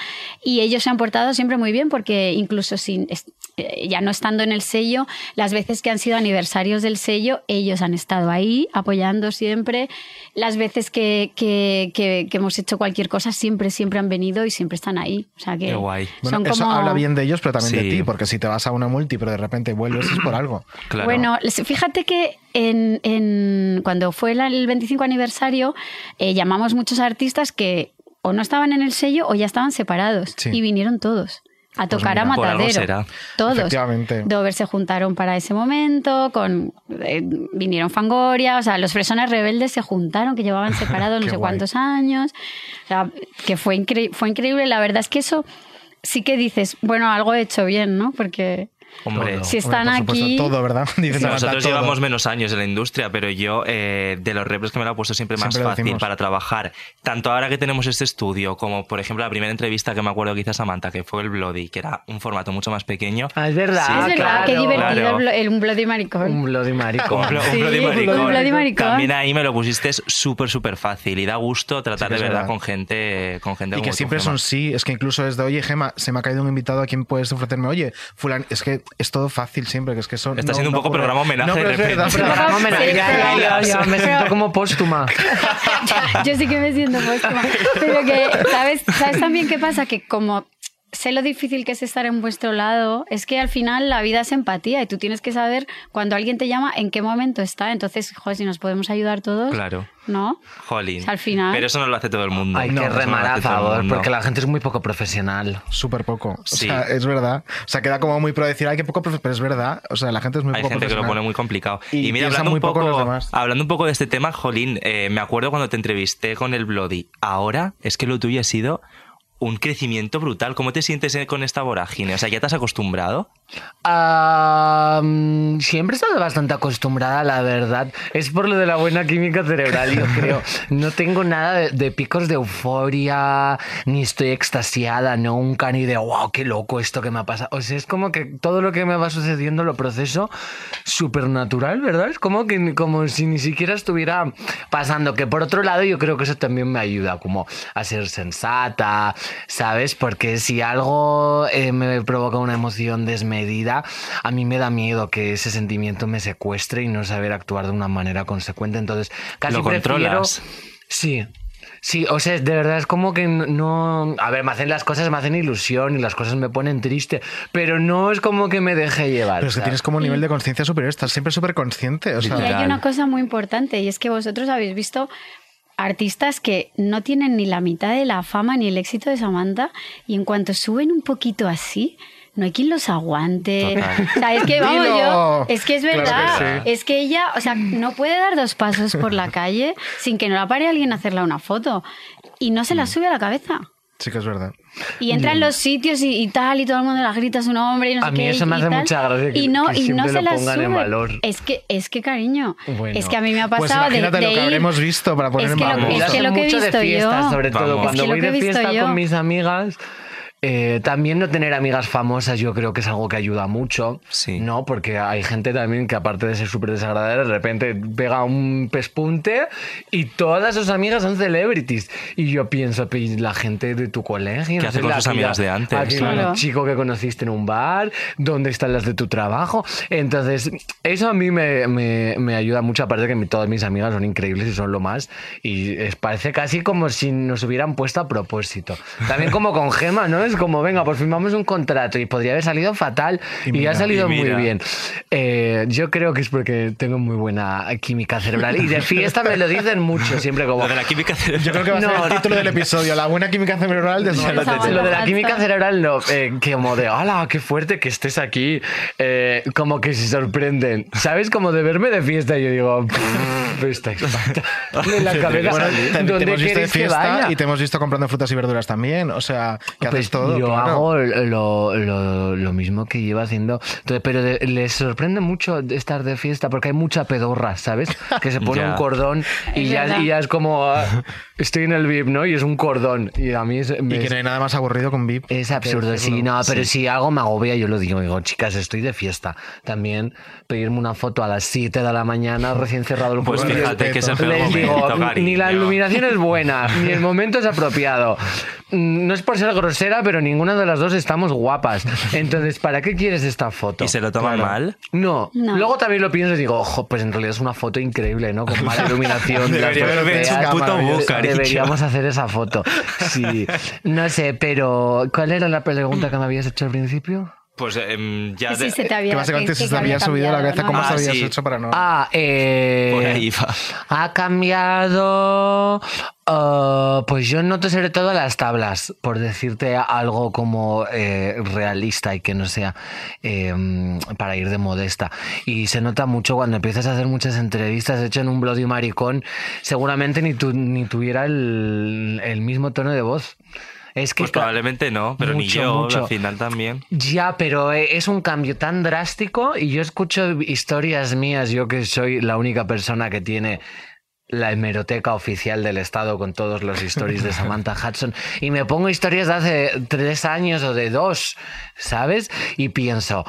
Speaker 10: y ellos se han portado siempre muy bien porque incluso sin es- eh, ya no estando en el sello, las veces que han sido aniversarios del sello, ellos han estado ahí apoyando siempre. Las veces que, que- que- que hemos hecho cualquier cosa, siempre, siempre han venido y siempre están ahí. O sea que
Speaker 3: Qué guay.
Speaker 1: Bueno,
Speaker 10: son
Speaker 1: eso
Speaker 10: como-
Speaker 1: habla bien de ellos, pero también
Speaker 3: Sí.
Speaker 1: de ti, porque si te vas a una multi, pero de repente vuelves, es
Speaker 3: [clears throat]
Speaker 1: por algo.
Speaker 10: Bueno, les- fíjate que en, en- cuando fue la- el 25 aniversario, eh, llamamos muchos artistas que o no estaban en el sello o ya estaban separados.
Speaker 1: Sí.
Speaker 10: Y vinieron todos a
Speaker 1: Pues
Speaker 10: tocar
Speaker 1: mira,
Speaker 10: a
Speaker 1: por algo
Speaker 10: Matadero.
Speaker 1: será.
Speaker 10: Todos.
Speaker 1: Efectivamente.
Speaker 10: Dover se juntaron para ese momento, con eh, vinieron Fangoria, o sea, los Fresones Rebeldes se juntaron, que
Speaker 1: [laughs]
Speaker 10: llevaban separados no
Speaker 11: Qué
Speaker 10: sé
Speaker 11: guay.
Speaker 10: cuántos años. O sea, que fue, incre- fue increíble. La verdad es que eso sí que dices, bueno, algo he hecho bien, ¿no? Porque
Speaker 3: Hombre,
Speaker 10: Si están
Speaker 1: por supuesto,
Speaker 10: aquí-
Speaker 1: todo, ¿verdad? [laughs] Dice Samantha,
Speaker 3: Nosotros
Speaker 1: todo.
Speaker 3: llevamos menos años en la industria, pero yo, eh, de los repres que me lo ha puesto siempre más
Speaker 1: Siempre lo
Speaker 3: fácil
Speaker 1: decimos.
Speaker 3: para trabajar, tanto ahora que tenemos este estudio, como por ejemplo la primera entrevista que me acuerdo que hizo Samantha, que fue el Bloody, que era un formato mucho más pequeño.
Speaker 6: Ah, es verdad.
Speaker 10: es verdad, qué
Speaker 3: claro.
Speaker 10: divertido
Speaker 3: Claro.
Speaker 10: el blo- el, un Bloody Maricón.
Speaker 6: Un Bloody Maricón.
Speaker 3: Un blo- un
Speaker 10: Sí,
Speaker 3: Bloody
Speaker 10: un
Speaker 3: maricón.
Speaker 10: Bloody maricón.
Speaker 3: También ahí me lo pusiste súper, súper fácil y da gusto
Speaker 1: Sí
Speaker 3: tratar
Speaker 1: que es
Speaker 3: de verdad,
Speaker 1: verdad.
Speaker 3: con gente con
Speaker 1: Y
Speaker 3: gente como
Speaker 1: que
Speaker 3: tú,
Speaker 1: siempre
Speaker 3: Gemma.
Speaker 1: son sí, es que incluso es de, oye, Gema, se me ha caído un invitado a quien puedes ofrecerme, oye, Fulan, es que es todo fácil siempre, que es que son.
Speaker 3: Está siendo un poco programa homenaje
Speaker 1: No, pero
Speaker 3: de
Speaker 1: es verdad,
Speaker 3: repente. [laughs]
Speaker 1: programa
Speaker 6: No, me, la-
Speaker 1: homenaje.
Speaker 6: ya, ya, ya, ya, me siento como póstuma.
Speaker 10: [laughs] Yo sí que me siento póstuma. Pero que, ¿sabes, ¿sabes también qué pasa? Que como sé lo difícil que es estar en vuestro lado, es que al final la vida es empatía y tú tienes que saber cuando alguien te llama en qué momento está. Entonces, joder, si nos podemos ayudar todos,
Speaker 3: Claro.
Speaker 10: ¿no?
Speaker 3: Jolín.
Speaker 10: O sea, al final-
Speaker 3: Pero eso no lo hace todo el mundo.
Speaker 6: Hay
Speaker 3: No,
Speaker 6: que
Speaker 3: eso no lo
Speaker 6: remar a
Speaker 3: hace todo el
Speaker 6: favor,
Speaker 3: mundo.
Speaker 6: porque la gente es muy poco profesional.
Speaker 1: Súper poco. O
Speaker 3: Sí.
Speaker 1: sea, es verdad. O sea, queda como muy pro decir, ay, qué poco profe-", pero es verdad. O sea, la gente es muy
Speaker 3: Hay
Speaker 1: poco
Speaker 3: gente que lo
Speaker 1: profesional.
Speaker 3: pone muy complicado.
Speaker 1: Y
Speaker 3: Y, mira,
Speaker 1: piensa
Speaker 3: hablando
Speaker 1: muy
Speaker 3: un,
Speaker 1: poco
Speaker 3: poco,
Speaker 1: en los demás.
Speaker 3: hablando un poco de este tema, Jolín, eh, me acuerdo cuando te entrevisté con el Bloody. Ahora es que lo tuyo ha sido un crecimiento brutal. ¿Cómo te sientes eh, con esta vorágine? O sea, ¿ya te has acostumbrado?
Speaker 6: Ah, mm, siempre he estado bastante acostumbrada, la verdad. Es por lo de la buena química cerebral, yo creo. No tengo nada de, de picos de euforia, ni estoy extasiada nunca, ni de wow, qué loco esto que me ha pasado. O sea, es como que todo lo que me va sucediendo lo proceso supernatural, ¿verdad? Es como que ni- como si ni siquiera estuviera pasando. Que por otro lado, yo creo que eso también me ayuda como a ser sensata, ¿sabes? Porque si algo eh, me provoca una emoción desmedida, a mí me da miedo que ese sentimiento me secuestre y no saber actuar de una manera consecuente. Entonces, casi
Speaker 3: ¿Lo
Speaker 6: prefiero-
Speaker 3: controlas?
Speaker 6: Sí. Sí, o sea, de verdad es como que no... A ver, me hacen las cosas, me hacen ilusión y las cosas me ponen triste, pero no es como que me deje llevar.
Speaker 1: Pero es que
Speaker 6: ¿sabes?
Speaker 1: tienes como un nivel de conciencia superior, estás siempre súper consciente. O sea,
Speaker 10: Y hay una cosa muy importante y es que vosotros habéis visto artistas que no tienen ni la mitad de la fama ni el éxito de Samantha y en cuanto suben un poquito así, no hay quien los aguante.
Speaker 11: Total.
Speaker 10: O sea, es que vamos
Speaker 11: Dilo.
Speaker 10: yo, es que es
Speaker 11: Claro que
Speaker 10: verdad,
Speaker 11: sí.
Speaker 10: es que ella, o sea, no puede dar dos pasos por la calle sin que no la pare alguien a hacerla una foto y no se
Speaker 11: Mm.
Speaker 10: la sube a la cabeza.
Speaker 1: sí que es verdad.
Speaker 10: Y entra en los sitios y, y tal, y todo el mundo la grita su nombre. Y no
Speaker 6: A
Speaker 10: sé
Speaker 6: mí
Speaker 10: qué,
Speaker 6: eso me
Speaker 10: y
Speaker 6: hace
Speaker 10: tal.
Speaker 6: mucha gracia que-
Speaker 10: y no,
Speaker 6: que
Speaker 10: y no
Speaker 6: siempre
Speaker 10: se
Speaker 6: lo
Speaker 10: la
Speaker 6: pongan en
Speaker 10: sube.
Speaker 6: valor.
Speaker 10: Es que, es que cariño.
Speaker 6: Bueno.
Speaker 10: es que a mí me ha
Speaker 6: Pues
Speaker 10: pasado de-
Speaker 6: imagínate
Speaker 10: de,
Speaker 6: lo que
Speaker 10: ir-
Speaker 6: habremos visto para poner
Speaker 10: es
Speaker 6: en
Speaker 10: que lo,
Speaker 6: valor.
Speaker 10: es que lo que he
Speaker 6: mucho
Speaker 10: visto
Speaker 6: de fiestas,
Speaker 10: yo. [laughs]
Speaker 6: sobre todo
Speaker 3: Vamos.
Speaker 6: cuando
Speaker 10: Es que lo
Speaker 6: voy
Speaker 10: que
Speaker 6: de
Speaker 10: he visto
Speaker 6: fiesta
Speaker 10: yo.
Speaker 6: con mis amigas. eh, también no tener amigas famosas yo creo que es algo que ayuda mucho, ¿no? Porque hay gente también que aparte de ser súper desagradable, de repente pega un pespunte y todas sus amigas son celebrities. Y yo pienso, "Pe- la gente de tu colegio...
Speaker 3: ¿Qué
Speaker 6: no
Speaker 3: hace
Speaker 6: sé,
Speaker 3: con
Speaker 6: la
Speaker 3: sus
Speaker 6: tía-
Speaker 3: amigas de antes?
Speaker 6: aquel
Speaker 3: Claro.
Speaker 6: chico que conociste en un bar, dónde están las de tu trabajo. Entonces, eso a mí me, me- me ayuda mucho, aparte que mi- todas mis amigas son increíbles y son lo más. Y es, parece casi como si nos hubieran puesto a propósito. También como con Gema, ¿no? Es como, venga, pues firmamos un contrato y podría haber salido fatal y,
Speaker 1: mira,
Speaker 6: ha salido
Speaker 1: y
Speaker 6: muy
Speaker 1: mira.
Speaker 6: bien. Eh, yo creo que es porque tengo muy buena química cerebral y de fiesta me lo dicen mucho, siempre como...
Speaker 3: Lo de la química cerebral.
Speaker 1: Yo creo que va a ser
Speaker 6: No,
Speaker 1: el título del episodio, la buena química cerebral de
Speaker 6: No,
Speaker 1: Samantha
Speaker 6: lo de-
Speaker 1: Tetzel.
Speaker 6: lo de la química cerebral no, eh, que como de, hola, qué fuerte que estés aquí, eh, como que se sorprenden, ¿sabes? Como de verme de fiesta, yo digo, "Pff,
Speaker 1: [laughs]
Speaker 6: esta expata". en la cabeza,
Speaker 1: Bueno, te- te,
Speaker 6: ¿dónde
Speaker 1: hemos visto de
Speaker 6: queréis que
Speaker 1: fiesta
Speaker 6: vaya?
Speaker 1: y te hemos visto comprando frutas y verduras también. O sea, que haces
Speaker 6: Pues
Speaker 1: todo.
Speaker 6: yo
Speaker 1: claro.
Speaker 6: hago lo, lo- lo mismo que lleva haciendo, Entonces, pero de- les sorprende mucho de estar de fiesta porque hay mucha pedorra, ¿sabes? Que
Speaker 1: [laughs]
Speaker 6: se pone
Speaker 3: Ya.
Speaker 6: un cordón y
Speaker 10: Es
Speaker 6: ya,
Speaker 10: verdad.
Speaker 6: y ya es como, ah, estoy en el VIP, ¿no? Y es un cordón. Y a mí es, me-
Speaker 1: Y que no hay nada más aburrido con VIP.
Speaker 6: Es absurdo, sí, no, pero si algo me agobia, yo lo digo, digo, chicas, estoy de fiesta. También pedirme una foto a las 7 de la mañana, recién cerrado el
Speaker 3: Pues
Speaker 6: curso,
Speaker 3: fíjate
Speaker 6: les-
Speaker 3: que es el peor
Speaker 6: les digo,
Speaker 3: momento, cariño.
Speaker 6: Ni la iluminación es buena, ni el momento es apropiado. Mm, No es por ser grosera, pero ninguna de las dos estamos guapas. Entonces, ¿para qué quieres esta foto?
Speaker 3: ¿Y se lo toman mal?
Speaker 6: No.
Speaker 10: No.
Speaker 6: Luego también lo pienso y digo, ojo, pues en realidad es una foto increíble, ¿no? Con
Speaker 3: [laughs]
Speaker 6: mala iluminación. las
Speaker 3: Debería
Speaker 6: dos
Speaker 3: haber hecho
Speaker 6: feas,
Speaker 3: un puto
Speaker 6: maravillosas.
Speaker 3: book, cariño.
Speaker 6: Deberíamos hacer esa foto. Sí. No sé, pero ¿cuál era la pregunta que me habías hecho al principio?
Speaker 3: Pues em, ya...
Speaker 10: Sí,
Speaker 3: de-
Speaker 10: se te había-
Speaker 1: Que básicamente
Speaker 10: que-
Speaker 1: si
Speaker 10: que
Speaker 1: se te había
Speaker 10: había
Speaker 1: subido la
Speaker 10: cambiado,
Speaker 1: cabeza,
Speaker 10: ¿no?
Speaker 1: ¿cómo
Speaker 3: Ah,
Speaker 1: se habías
Speaker 3: sí.
Speaker 1: hecho para no?
Speaker 6: Ah, eh,
Speaker 3: Por ahí va.
Speaker 6: ha cambiado. eh, pues yo noto sobre todo las tablas, por decirte algo como eh, realista y que no sea eh, para ir de modesta. Y se nota mucho cuando empiezas a hacer muchas entrevistas. De hecho, en un Bloody Maricón, seguramente ni, tu- ni tuviera el, el mismo tono de voz. Es que
Speaker 3: Pues probablemente no, pero ni
Speaker 6: Mucho,
Speaker 3: yo,
Speaker 6: mucho.
Speaker 3: al final también.
Speaker 6: Ya, pero eh, es un cambio tan drástico y yo escucho historias mías, yo que soy la única persona que tiene la hemeroteca oficial del Estado con todos los stories de Samantha Hudson y me pongo historias de hace tres años o de dos, ¿sabes? Y pienso...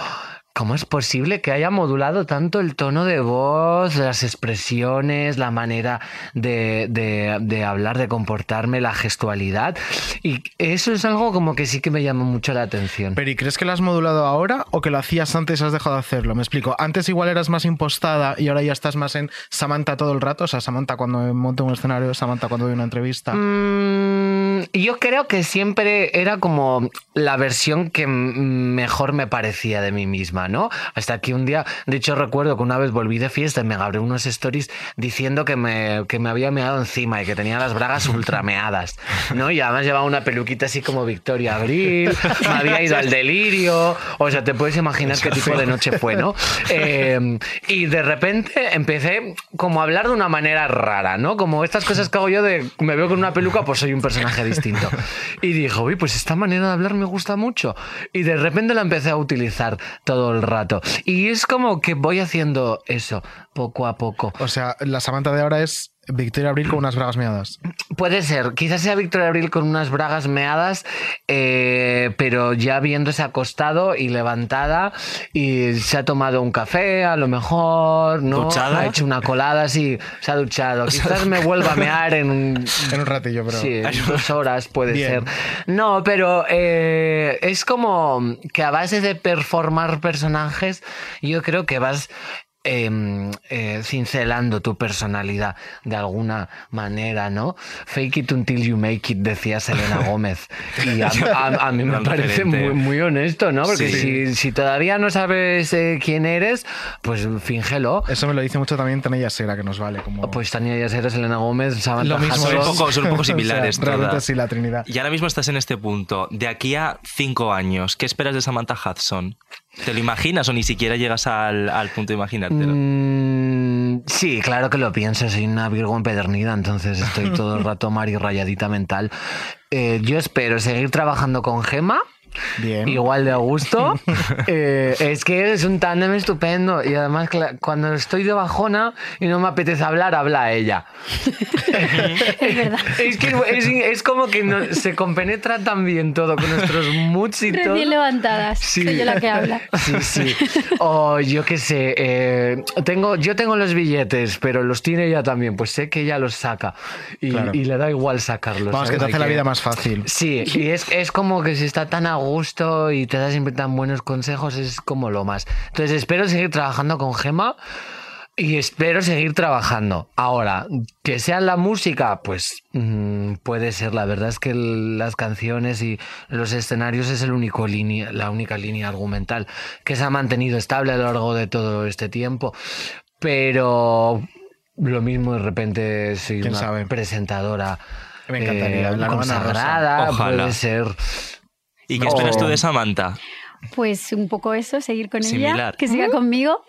Speaker 6: ¿Cómo es posible que haya modulado tanto el tono de voz, las expresiones, la manera de, de- de hablar, de comportarme, la gestualidad? Y eso es algo como que sí que me llama mucho la atención.
Speaker 1: Pero ¿y crees que la has modulado ahora o que lo hacías antes y has dejado de hacerlo? Me explico. Antes igual eras más impostada y ahora ya estás más en Samantha todo el rato. O sea, Samantha cuando me monto en un escenario, Samantha cuando doy una entrevista.
Speaker 6: Mm, yo creo que siempre era como la versión que m- mejor me parecía de mí misma, ¿no? Hasta que un día, de hecho recuerdo que una vez volví de fiesta y me grabé unos stories diciendo que me, que me había meado encima y que tenía las bragas ultrameadas, ¿no? Y además llevaba una peluquita así como Victoria Abril, me había ido al delirio, o sea, te puedes imaginar qué tipo de noche fue, ¿no? Eh, y de repente empecé como a hablar de una manera rara, ¿no? Como estas cosas que hago yo de me veo con una peluca, pues soy un personaje distinto. Y dijo, uy, pues esta manera de hablar me gusta mucho. Y de repente la empecé a utilizar todo el rato. Y es como que voy haciendo eso poco a poco.
Speaker 1: O sea, la Samantha de ahora es Victoria Abril con unas bragas meadas.
Speaker 6: Puede ser, quizás sea Victoria Abril con unas bragas meadas, eh, pero ya viéndose acostado y levantada y se ha tomado un café, a lo mejor, ¿no?
Speaker 3: ¿Duchada?
Speaker 6: Ha hecho una colada, sí, [laughs] se ha duchado. Quizás me vuelva a mear en un...
Speaker 1: En un ratillo, pero...
Speaker 6: Sí, en dos horas puede
Speaker 1: Bien.
Speaker 6: ser. No, pero eh, es como que a base de performar personajes, yo creo que vas eh, eh, cincelando tu personalidad de alguna manera, ¿no? Fake it until you make it, decía Selena Gómez. Y a, a- a mí me
Speaker 3: Gran
Speaker 6: parece
Speaker 3: referente.
Speaker 6: muy, muy honesto, ¿no? Porque
Speaker 3: Sí.
Speaker 6: si, si todavía no sabes eh, quién eres, pues fíngelo.
Speaker 1: Eso me lo dice mucho también Tania Sera, que nos vale como...
Speaker 6: Pues Tania Yasera, Selena Gómez, Samantha
Speaker 1: Lo mismo ¿eh?
Speaker 6: Hudson.
Speaker 1: es.
Speaker 3: Son un poco- son un poco
Speaker 1: [laughs]
Speaker 3: similares
Speaker 1: O sea, realmente
Speaker 3: todas.
Speaker 1: sí, la Trinidad.
Speaker 3: Y ahora mismo estás en este punto. De aquí a cinco años, ¿qué esperas de Samantha Hudson? ¿Te lo imaginas o ni siquiera llegas al, al punto de imaginártelo?
Speaker 6: Mm, sí, claro que lo pienso. Soy una Virgo empedernida, entonces estoy todo el rato Mari rayadita mental. Eh, yo espero seguir trabajando con Gema.
Speaker 1: Bien.
Speaker 6: Igual de a gusto. Eh, es que es un tándem estupendo. Y además, cla- cuando estoy de bajona y no me apetece hablar, habla ella.
Speaker 10: [laughs]
Speaker 6: [laughs]
Speaker 10: Es verdad.
Speaker 6: Es que es, es como que no- se compenetra tan bien todo con nuestros moods y todo.
Speaker 10: Recién levantadas.
Speaker 6: Sí.
Speaker 10: Soy yo la
Speaker 6: [laughs]
Speaker 10: que habla.
Speaker 6: Sí, sí. O yo qué sé, eh, tengo, yo tengo los billetes, pero los tiene ella también, pues sé que ella los saca y,
Speaker 1: Claro.
Speaker 6: y le da igual sacarlos.
Speaker 1: Vamos, que
Speaker 6: ¿sabes?
Speaker 1: te hace
Speaker 6: Hay
Speaker 1: la
Speaker 6: que-
Speaker 1: vida más
Speaker 3: [laughs]
Speaker 1: fácil.
Speaker 6: Sí, y es, es como que si está tan a gusto y te da siempre tan buenos consejos, es como lo más. Entonces espero seguir trabajando con Gema y espero seguir trabajando. Ahora, que sea la música, pues mm, puede ser. La verdad es que el- las canciones y los escenarios es el único línea, la única línea argumental que se ha mantenido estable a lo largo de todo este tiempo. Pero lo mismo de repente soy
Speaker 1: ¿Quién
Speaker 6: una
Speaker 1: sabe?
Speaker 6: presentadora eh,
Speaker 1: Me encantaría, la hermana Rosa.
Speaker 6: consagrada,
Speaker 3: Ojalá.
Speaker 6: puede ser.
Speaker 3: ¿Y qué
Speaker 6: No.
Speaker 3: esperas tú
Speaker 10: Oh.
Speaker 3: de Samantha?
Speaker 10: Pues un poco eso, seguir con ella,
Speaker 3: Similar.
Speaker 10: que siga
Speaker 6: [laughs]
Speaker 10: conmigo.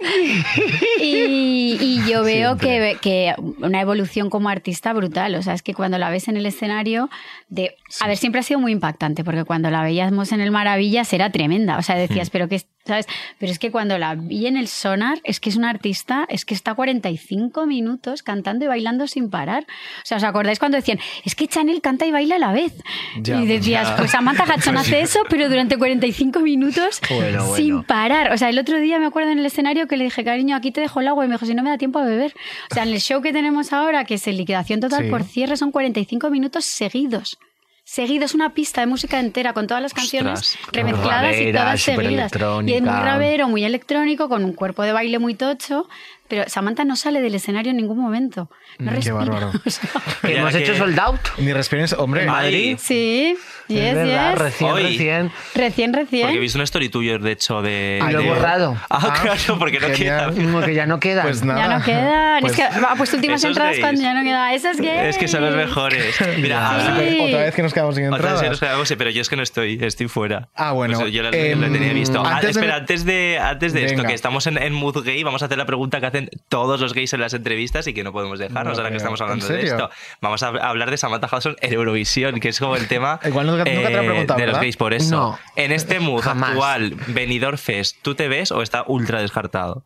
Speaker 10: Y, y yo veo que, que una evolución como artista brutal. O sea, es que cuando la ves en el escenario, de, a ver, siempre ha sido muy impactante, porque cuando la veíamos en el Maravillas era tremenda. O sea, decías, pero que, ¿sabes? Pero es que cuando la vi en el Sonar, es que es una artista, es que está 45 minutos cantando y bailando sin parar. O sea, ¿os acordáis cuando decían, es que Chanel canta y baila a la vez?
Speaker 1: Ya,
Speaker 10: y decías,
Speaker 1: ya.
Speaker 10: pues Samantha Hudson hace eso, pero durante 45 minutos
Speaker 6: Bueno, bueno.
Speaker 10: sin parar. O sea, el otro día me acuerdo en el escenario que le dije, cariño, aquí te dejo el agua. Y me dijo, si no me da tiempo a beber. O sea, en el show que tenemos ahora, que es en liquidación total
Speaker 1: Sí.
Speaker 10: por cierre, son 45 minutos seguidos. Seguidos, una pista de música entera con todas las canciones
Speaker 3: Ostras.
Speaker 10: remezcladas y
Speaker 6: Rabera,
Speaker 10: todas seguidas. Y es muy
Speaker 6: superelectrónica.
Speaker 10: rabero, muy electrónico, con un cuerpo de baile muy tocho. Pero Samantha no sale del escenario en ningún momento. No
Speaker 1: Mm, qué
Speaker 10: respira.
Speaker 1: bárbaro.
Speaker 10: [laughs] O sea,
Speaker 6: Que
Speaker 3: Mira
Speaker 6: hemos
Speaker 3: que-
Speaker 6: hecho sold out.
Speaker 1: Ni respires, hombre.
Speaker 3: Madrid.
Speaker 10: sí, yes,
Speaker 6: es verdad,
Speaker 10: yes.
Speaker 6: recién,
Speaker 3: Hoy.
Speaker 6: recién.
Speaker 10: Recién, recién.
Speaker 3: Porque he visto una story tuya, de hecho, de.
Speaker 6: Ah, lo he
Speaker 3: de-
Speaker 6: borrado.
Speaker 3: Ah, [laughs]
Speaker 1: Ah,
Speaker 3: claro, porque no
Speaker 1: genial.
Speaker 3: queda.
Speaker 6: Como que ya no queda.
Speaker 1: Pues nada.
Speaker 10: Ya
Speaker 1: [laughs]
Speaker 10: no quedan.
Speaker 1: Pues-
Speaker 10: es que ha puesto últimas
Speaker 3: Esos
Speaker 10: entradas
Speaker 3: gays.
Speaker 10: cuando ya no queda. Esas gays.
Speaker 3: Es que son los
Speaker 10: [laughs]
Speaker 3: mejores. Mira,
Speaker 1: Ah,
Speaker 10: Sí.
Speaker 1: pero Otra vez que nos quedamos sin
Speaker 3: Otra vez
Speaker 1: entradas.
Speaker 3: nos quedamos, sí, pero yo es que no estoy, estoy fuera.
Speaker 1: Ah, bueno,
Speaker 3: O sea, yo la,
Speaker 1: em,
Speaker 3: la tenía visto. Ah,
Speaker 1: antes de-
Speaker 3: espera, antes de, antes de esto,
Speaker 1: Venga.
Speaker 3: que estamos en, en Mood Gay, vamos a hacer la pregunta que hacen aparecen todos los gays en las entrevistas y que no podemos dejarnos
Speaker 1: No
Speaker 3: ahora
Speaker 1: creo.
Speaker 3: que estamos
Speaker 1: ¿En
Speaker 3: hablando de
Speaker 1: serio?
Speaker 3: esto. Vamos a hab- hablar de Samantha Hudson en Eurovisión, que es como el tema
Speaker 1: [laughs]
Speaker 3: eh,
Speaker 1: Igual nunca- nunca te lo he preguntado,
Speaker 3: de los
Speaker 1: ¿verdad?
Speaker 3: gays. Por eso,
Speaker 6: No.
Speaker 3: en este mood
Speaker 6: Jamás.
Speaker 3: actual, Benidorm Fest, ¿tú te ves o está ultra descartado?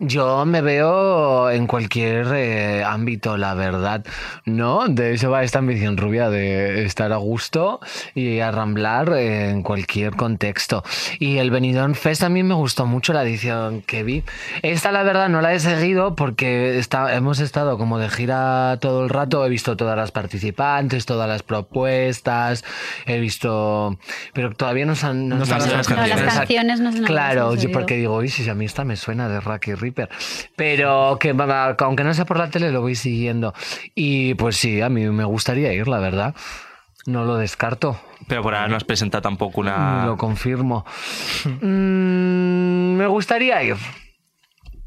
Speaker 6: Yo me veo en cualquier eh, ámbito, la verdad. No, de eso va esta ambición rubia de estar a gusto y arramblar en cualquier contexto. Y el Benidorm Fest a mí me gustó mucho la edición que vi. Esta, la verdad, no la he seguido porque está- hemos estado como de gira todo el rato. He visto todas las participantes, todas las propuestas, he visto. Pero todavía no se han.
Speaker 3: No
Speaker 6: se han
Speaker 3: salen las
Speaker 6: lanzado
Speaker 10: canciones. No, las canciones no se han
Speaker 6: Claro,
Speaker 10: lanzado,
Speaker 6: porque digo, uy, si a mí esta me suena de Rocky Reaper. Pero que va- aunque no sea por la tele, lo voy siguiendo. Y pues sí, a mí me gustaría ir, la verdad. No lo descarto,
Speaker 3: Pero por ahora no has presentado tampoco
Speaker 1: Ah.
Speaker 3: una...
Speaker 1: [laughs]
Speaker 6: lo confirmo. Mm, me gustaría ir.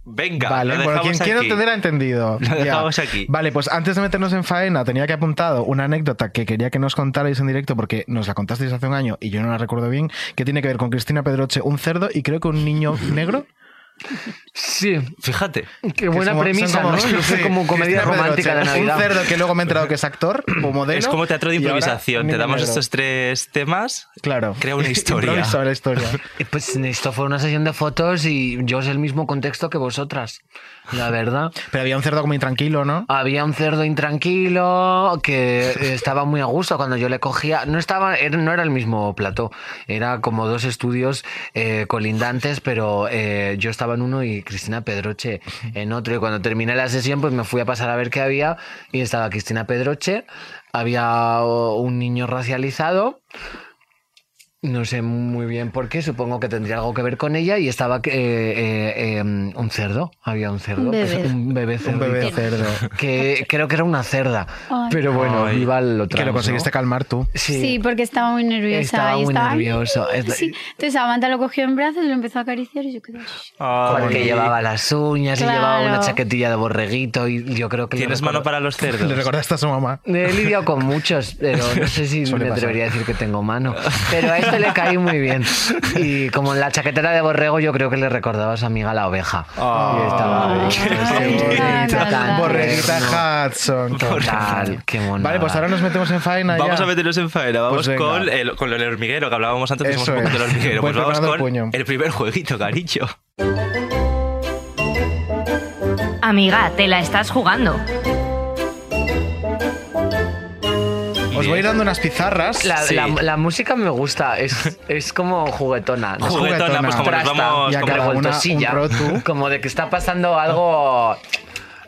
Speaker 3: Venga,
Speaker 1: Vale,
Speaker 3: lo
Speaker 1: bueno,
Speaker 3: dejamos
Speaker 1: quien
Speaker 3: aquí.
Speaker 1: quiera entender ha entendido.
Speaker 3: [laughs] Lo
Speaker 1: Ya.
Speaker 3: dejamos aquí.
Speaker 1: Vale, pues antes de meternos en faena, tenía que apuntado una anécdota que quería que nos contarais en directo porque nos la contasteis hace un año y yo no la recuerdo bien, que tiene que ver con Cristina Pedroche, un cerdo y creo que un niño negro.
Speaker 6: Sí,
Speaker 3: Fíjate.
Speaker 6: qué buena
Speaker 1: [laughs]
Speaker 6: premisa, ¿no? Yo soy como comedia romántica de Navidad.
Speaker 1: Un cerdo que luego me he enterado que es actor o modelo.
Speaker 3: Es como teatro de
Speaker 1: y ahora
Speaker 3: improvisación.
Speaker 1: un
Speaker 3: Te
Speaker 1: niño
Speaker 3: damos
Speaker 1: negro.
Speaker 3: estos tres temas.
Speaker 1: Claro. [laughs]
Speaker 3: Crea una historia.
Speaker 1: Improvisa la
Speaker 3: [laughs]
Speaker 1: historia.
Speaker 6: Eh, Pues esto fue una sesión de fotos y yo es el mismo contexto que vosotras, la verdad.
Speaker 1: Pero había un cerdo como intranquilo, ¿no?
Speaker 3: Ah,
Speaker 6: Había un cerdo intranquilo que estaba muy a gusto cuando yo le cogía. No estaba, era- no era el mismo plató. Era como dos estudios eh, colindantes, pero eh, yo estaba en uno y Cristina Pedroche en otro. Y cuando terminé la sesión, pues me fui a pasar a ver qué había y estaba Cristina Pedroche. Había o, un niño racializado. No sé muy bien por qué, supongo que tendría algo que ver con ella y estaba eh, eh, eh, un cerdo, había un cerdo,
Speaker 10: Un bebé.
Speaker 6: un bebé
Speaker 1: Un
Speaker 6: cerdito
Speaker 1: bebé cerdo.
Speaker 6: que creo que era una cerda.
Speaker 10: Ay.
Speaker 6: Pero bueno,
Speaker 3: Ay.
Speaker 6: viva lo
Speaker 1: Que lo
Speaker 6: trans,
Speaker 1: conseguiste
Speaker 6: ¿no?
Speaker 1: calmar tú.
Speaker 6: Sí,
Speaker 10: Sí, porque estaba muy nerviosa.
Speaker 6: estaba
Speaker 10: y
Speaker 6: muy
Speaker 10: estaba-
Speaker 6: nervioso. Es-
Speaker 10: Sí, entonces Samantha lo cogió en brazos, lo empezó a acariciar y yo quedé...
Speaker 6: Porque
Speaker 3: Ay.
Speaker 6: llevaba las uñas y
Speaker 10: Claro.
Speaker 6: llevaba una chaquetilla de borreguito y yo creo que... le
Speaker 3: ¿Tienes
Speaker 6: recuerdo-
Speaker 3: mano para los
Speaker 1: [laughs] Le
Speaker 3: cerdos?
Speaker 1: recordaste a su mamá.
Speaker 6: He lidiado con muchos, pero no sé si
Speaker 1: Suele
Speaker 6: me
Speaker 1: pasar.
Speaker 6: atrevería a decir que tengo mano. Pero a este le caí muy bien. Y como en la chaquetera de borrego, yo creo que le recordaba a su amiga la oveja.
Speaker 3: Ah,
Speaker 1: Ah,
Speaker 6: y estaba...
Speaker 10: Ay,
Speaker 6: Sí, tan
Speaker 10: bonita.
Speaker 6: tierno.
Speaker 1: Borreguita Hudson.
Speaker 6: Total, qué monada.
Speaker 1: Vale, pues ahora nos metemos en faena.
Speaker 3: Vamos
Speaker 1: ya.
Speaker 3: a meternos en faena. Vamos
Speaker 1: Pues venga.
Speaker 3: con, el, con el hormiguero que hablábamos antes. que
Speaker 1: Eso
Speaker 3: somos un poco
Speaker 1: es.
Speaker 3: del hormiguero.
Speaker 1: Voy
Speaker 3: Pues vamos
Speaker 1: preparando el
Speaker 3: con
Speaker 1: puño.
Speaker 3: el primer jueguito, cariño.
Speaker 11: Amiga, te la estás jugando.
Speaker 1: Os voy a ir dando unas pizarras.
Speaker 6: La,
Speaker 3: Sí.
Speaker 6: la- la música me gusta, es, es como juguetona. ¿no?
Speaker 3: Juguetona,
Speaker 1: juguetona.
Speaker 3: pues como nos
Speaker 6: Trasta.
Speaker 3: vamos...
Speaker 1: Y a
Speaker 3: como-
Speaker 1: cada una un
Speaker 6: Revoltosilla.
Speaker 1: rotu.
Speaker 6: [laughs] Como de que está pasando algo.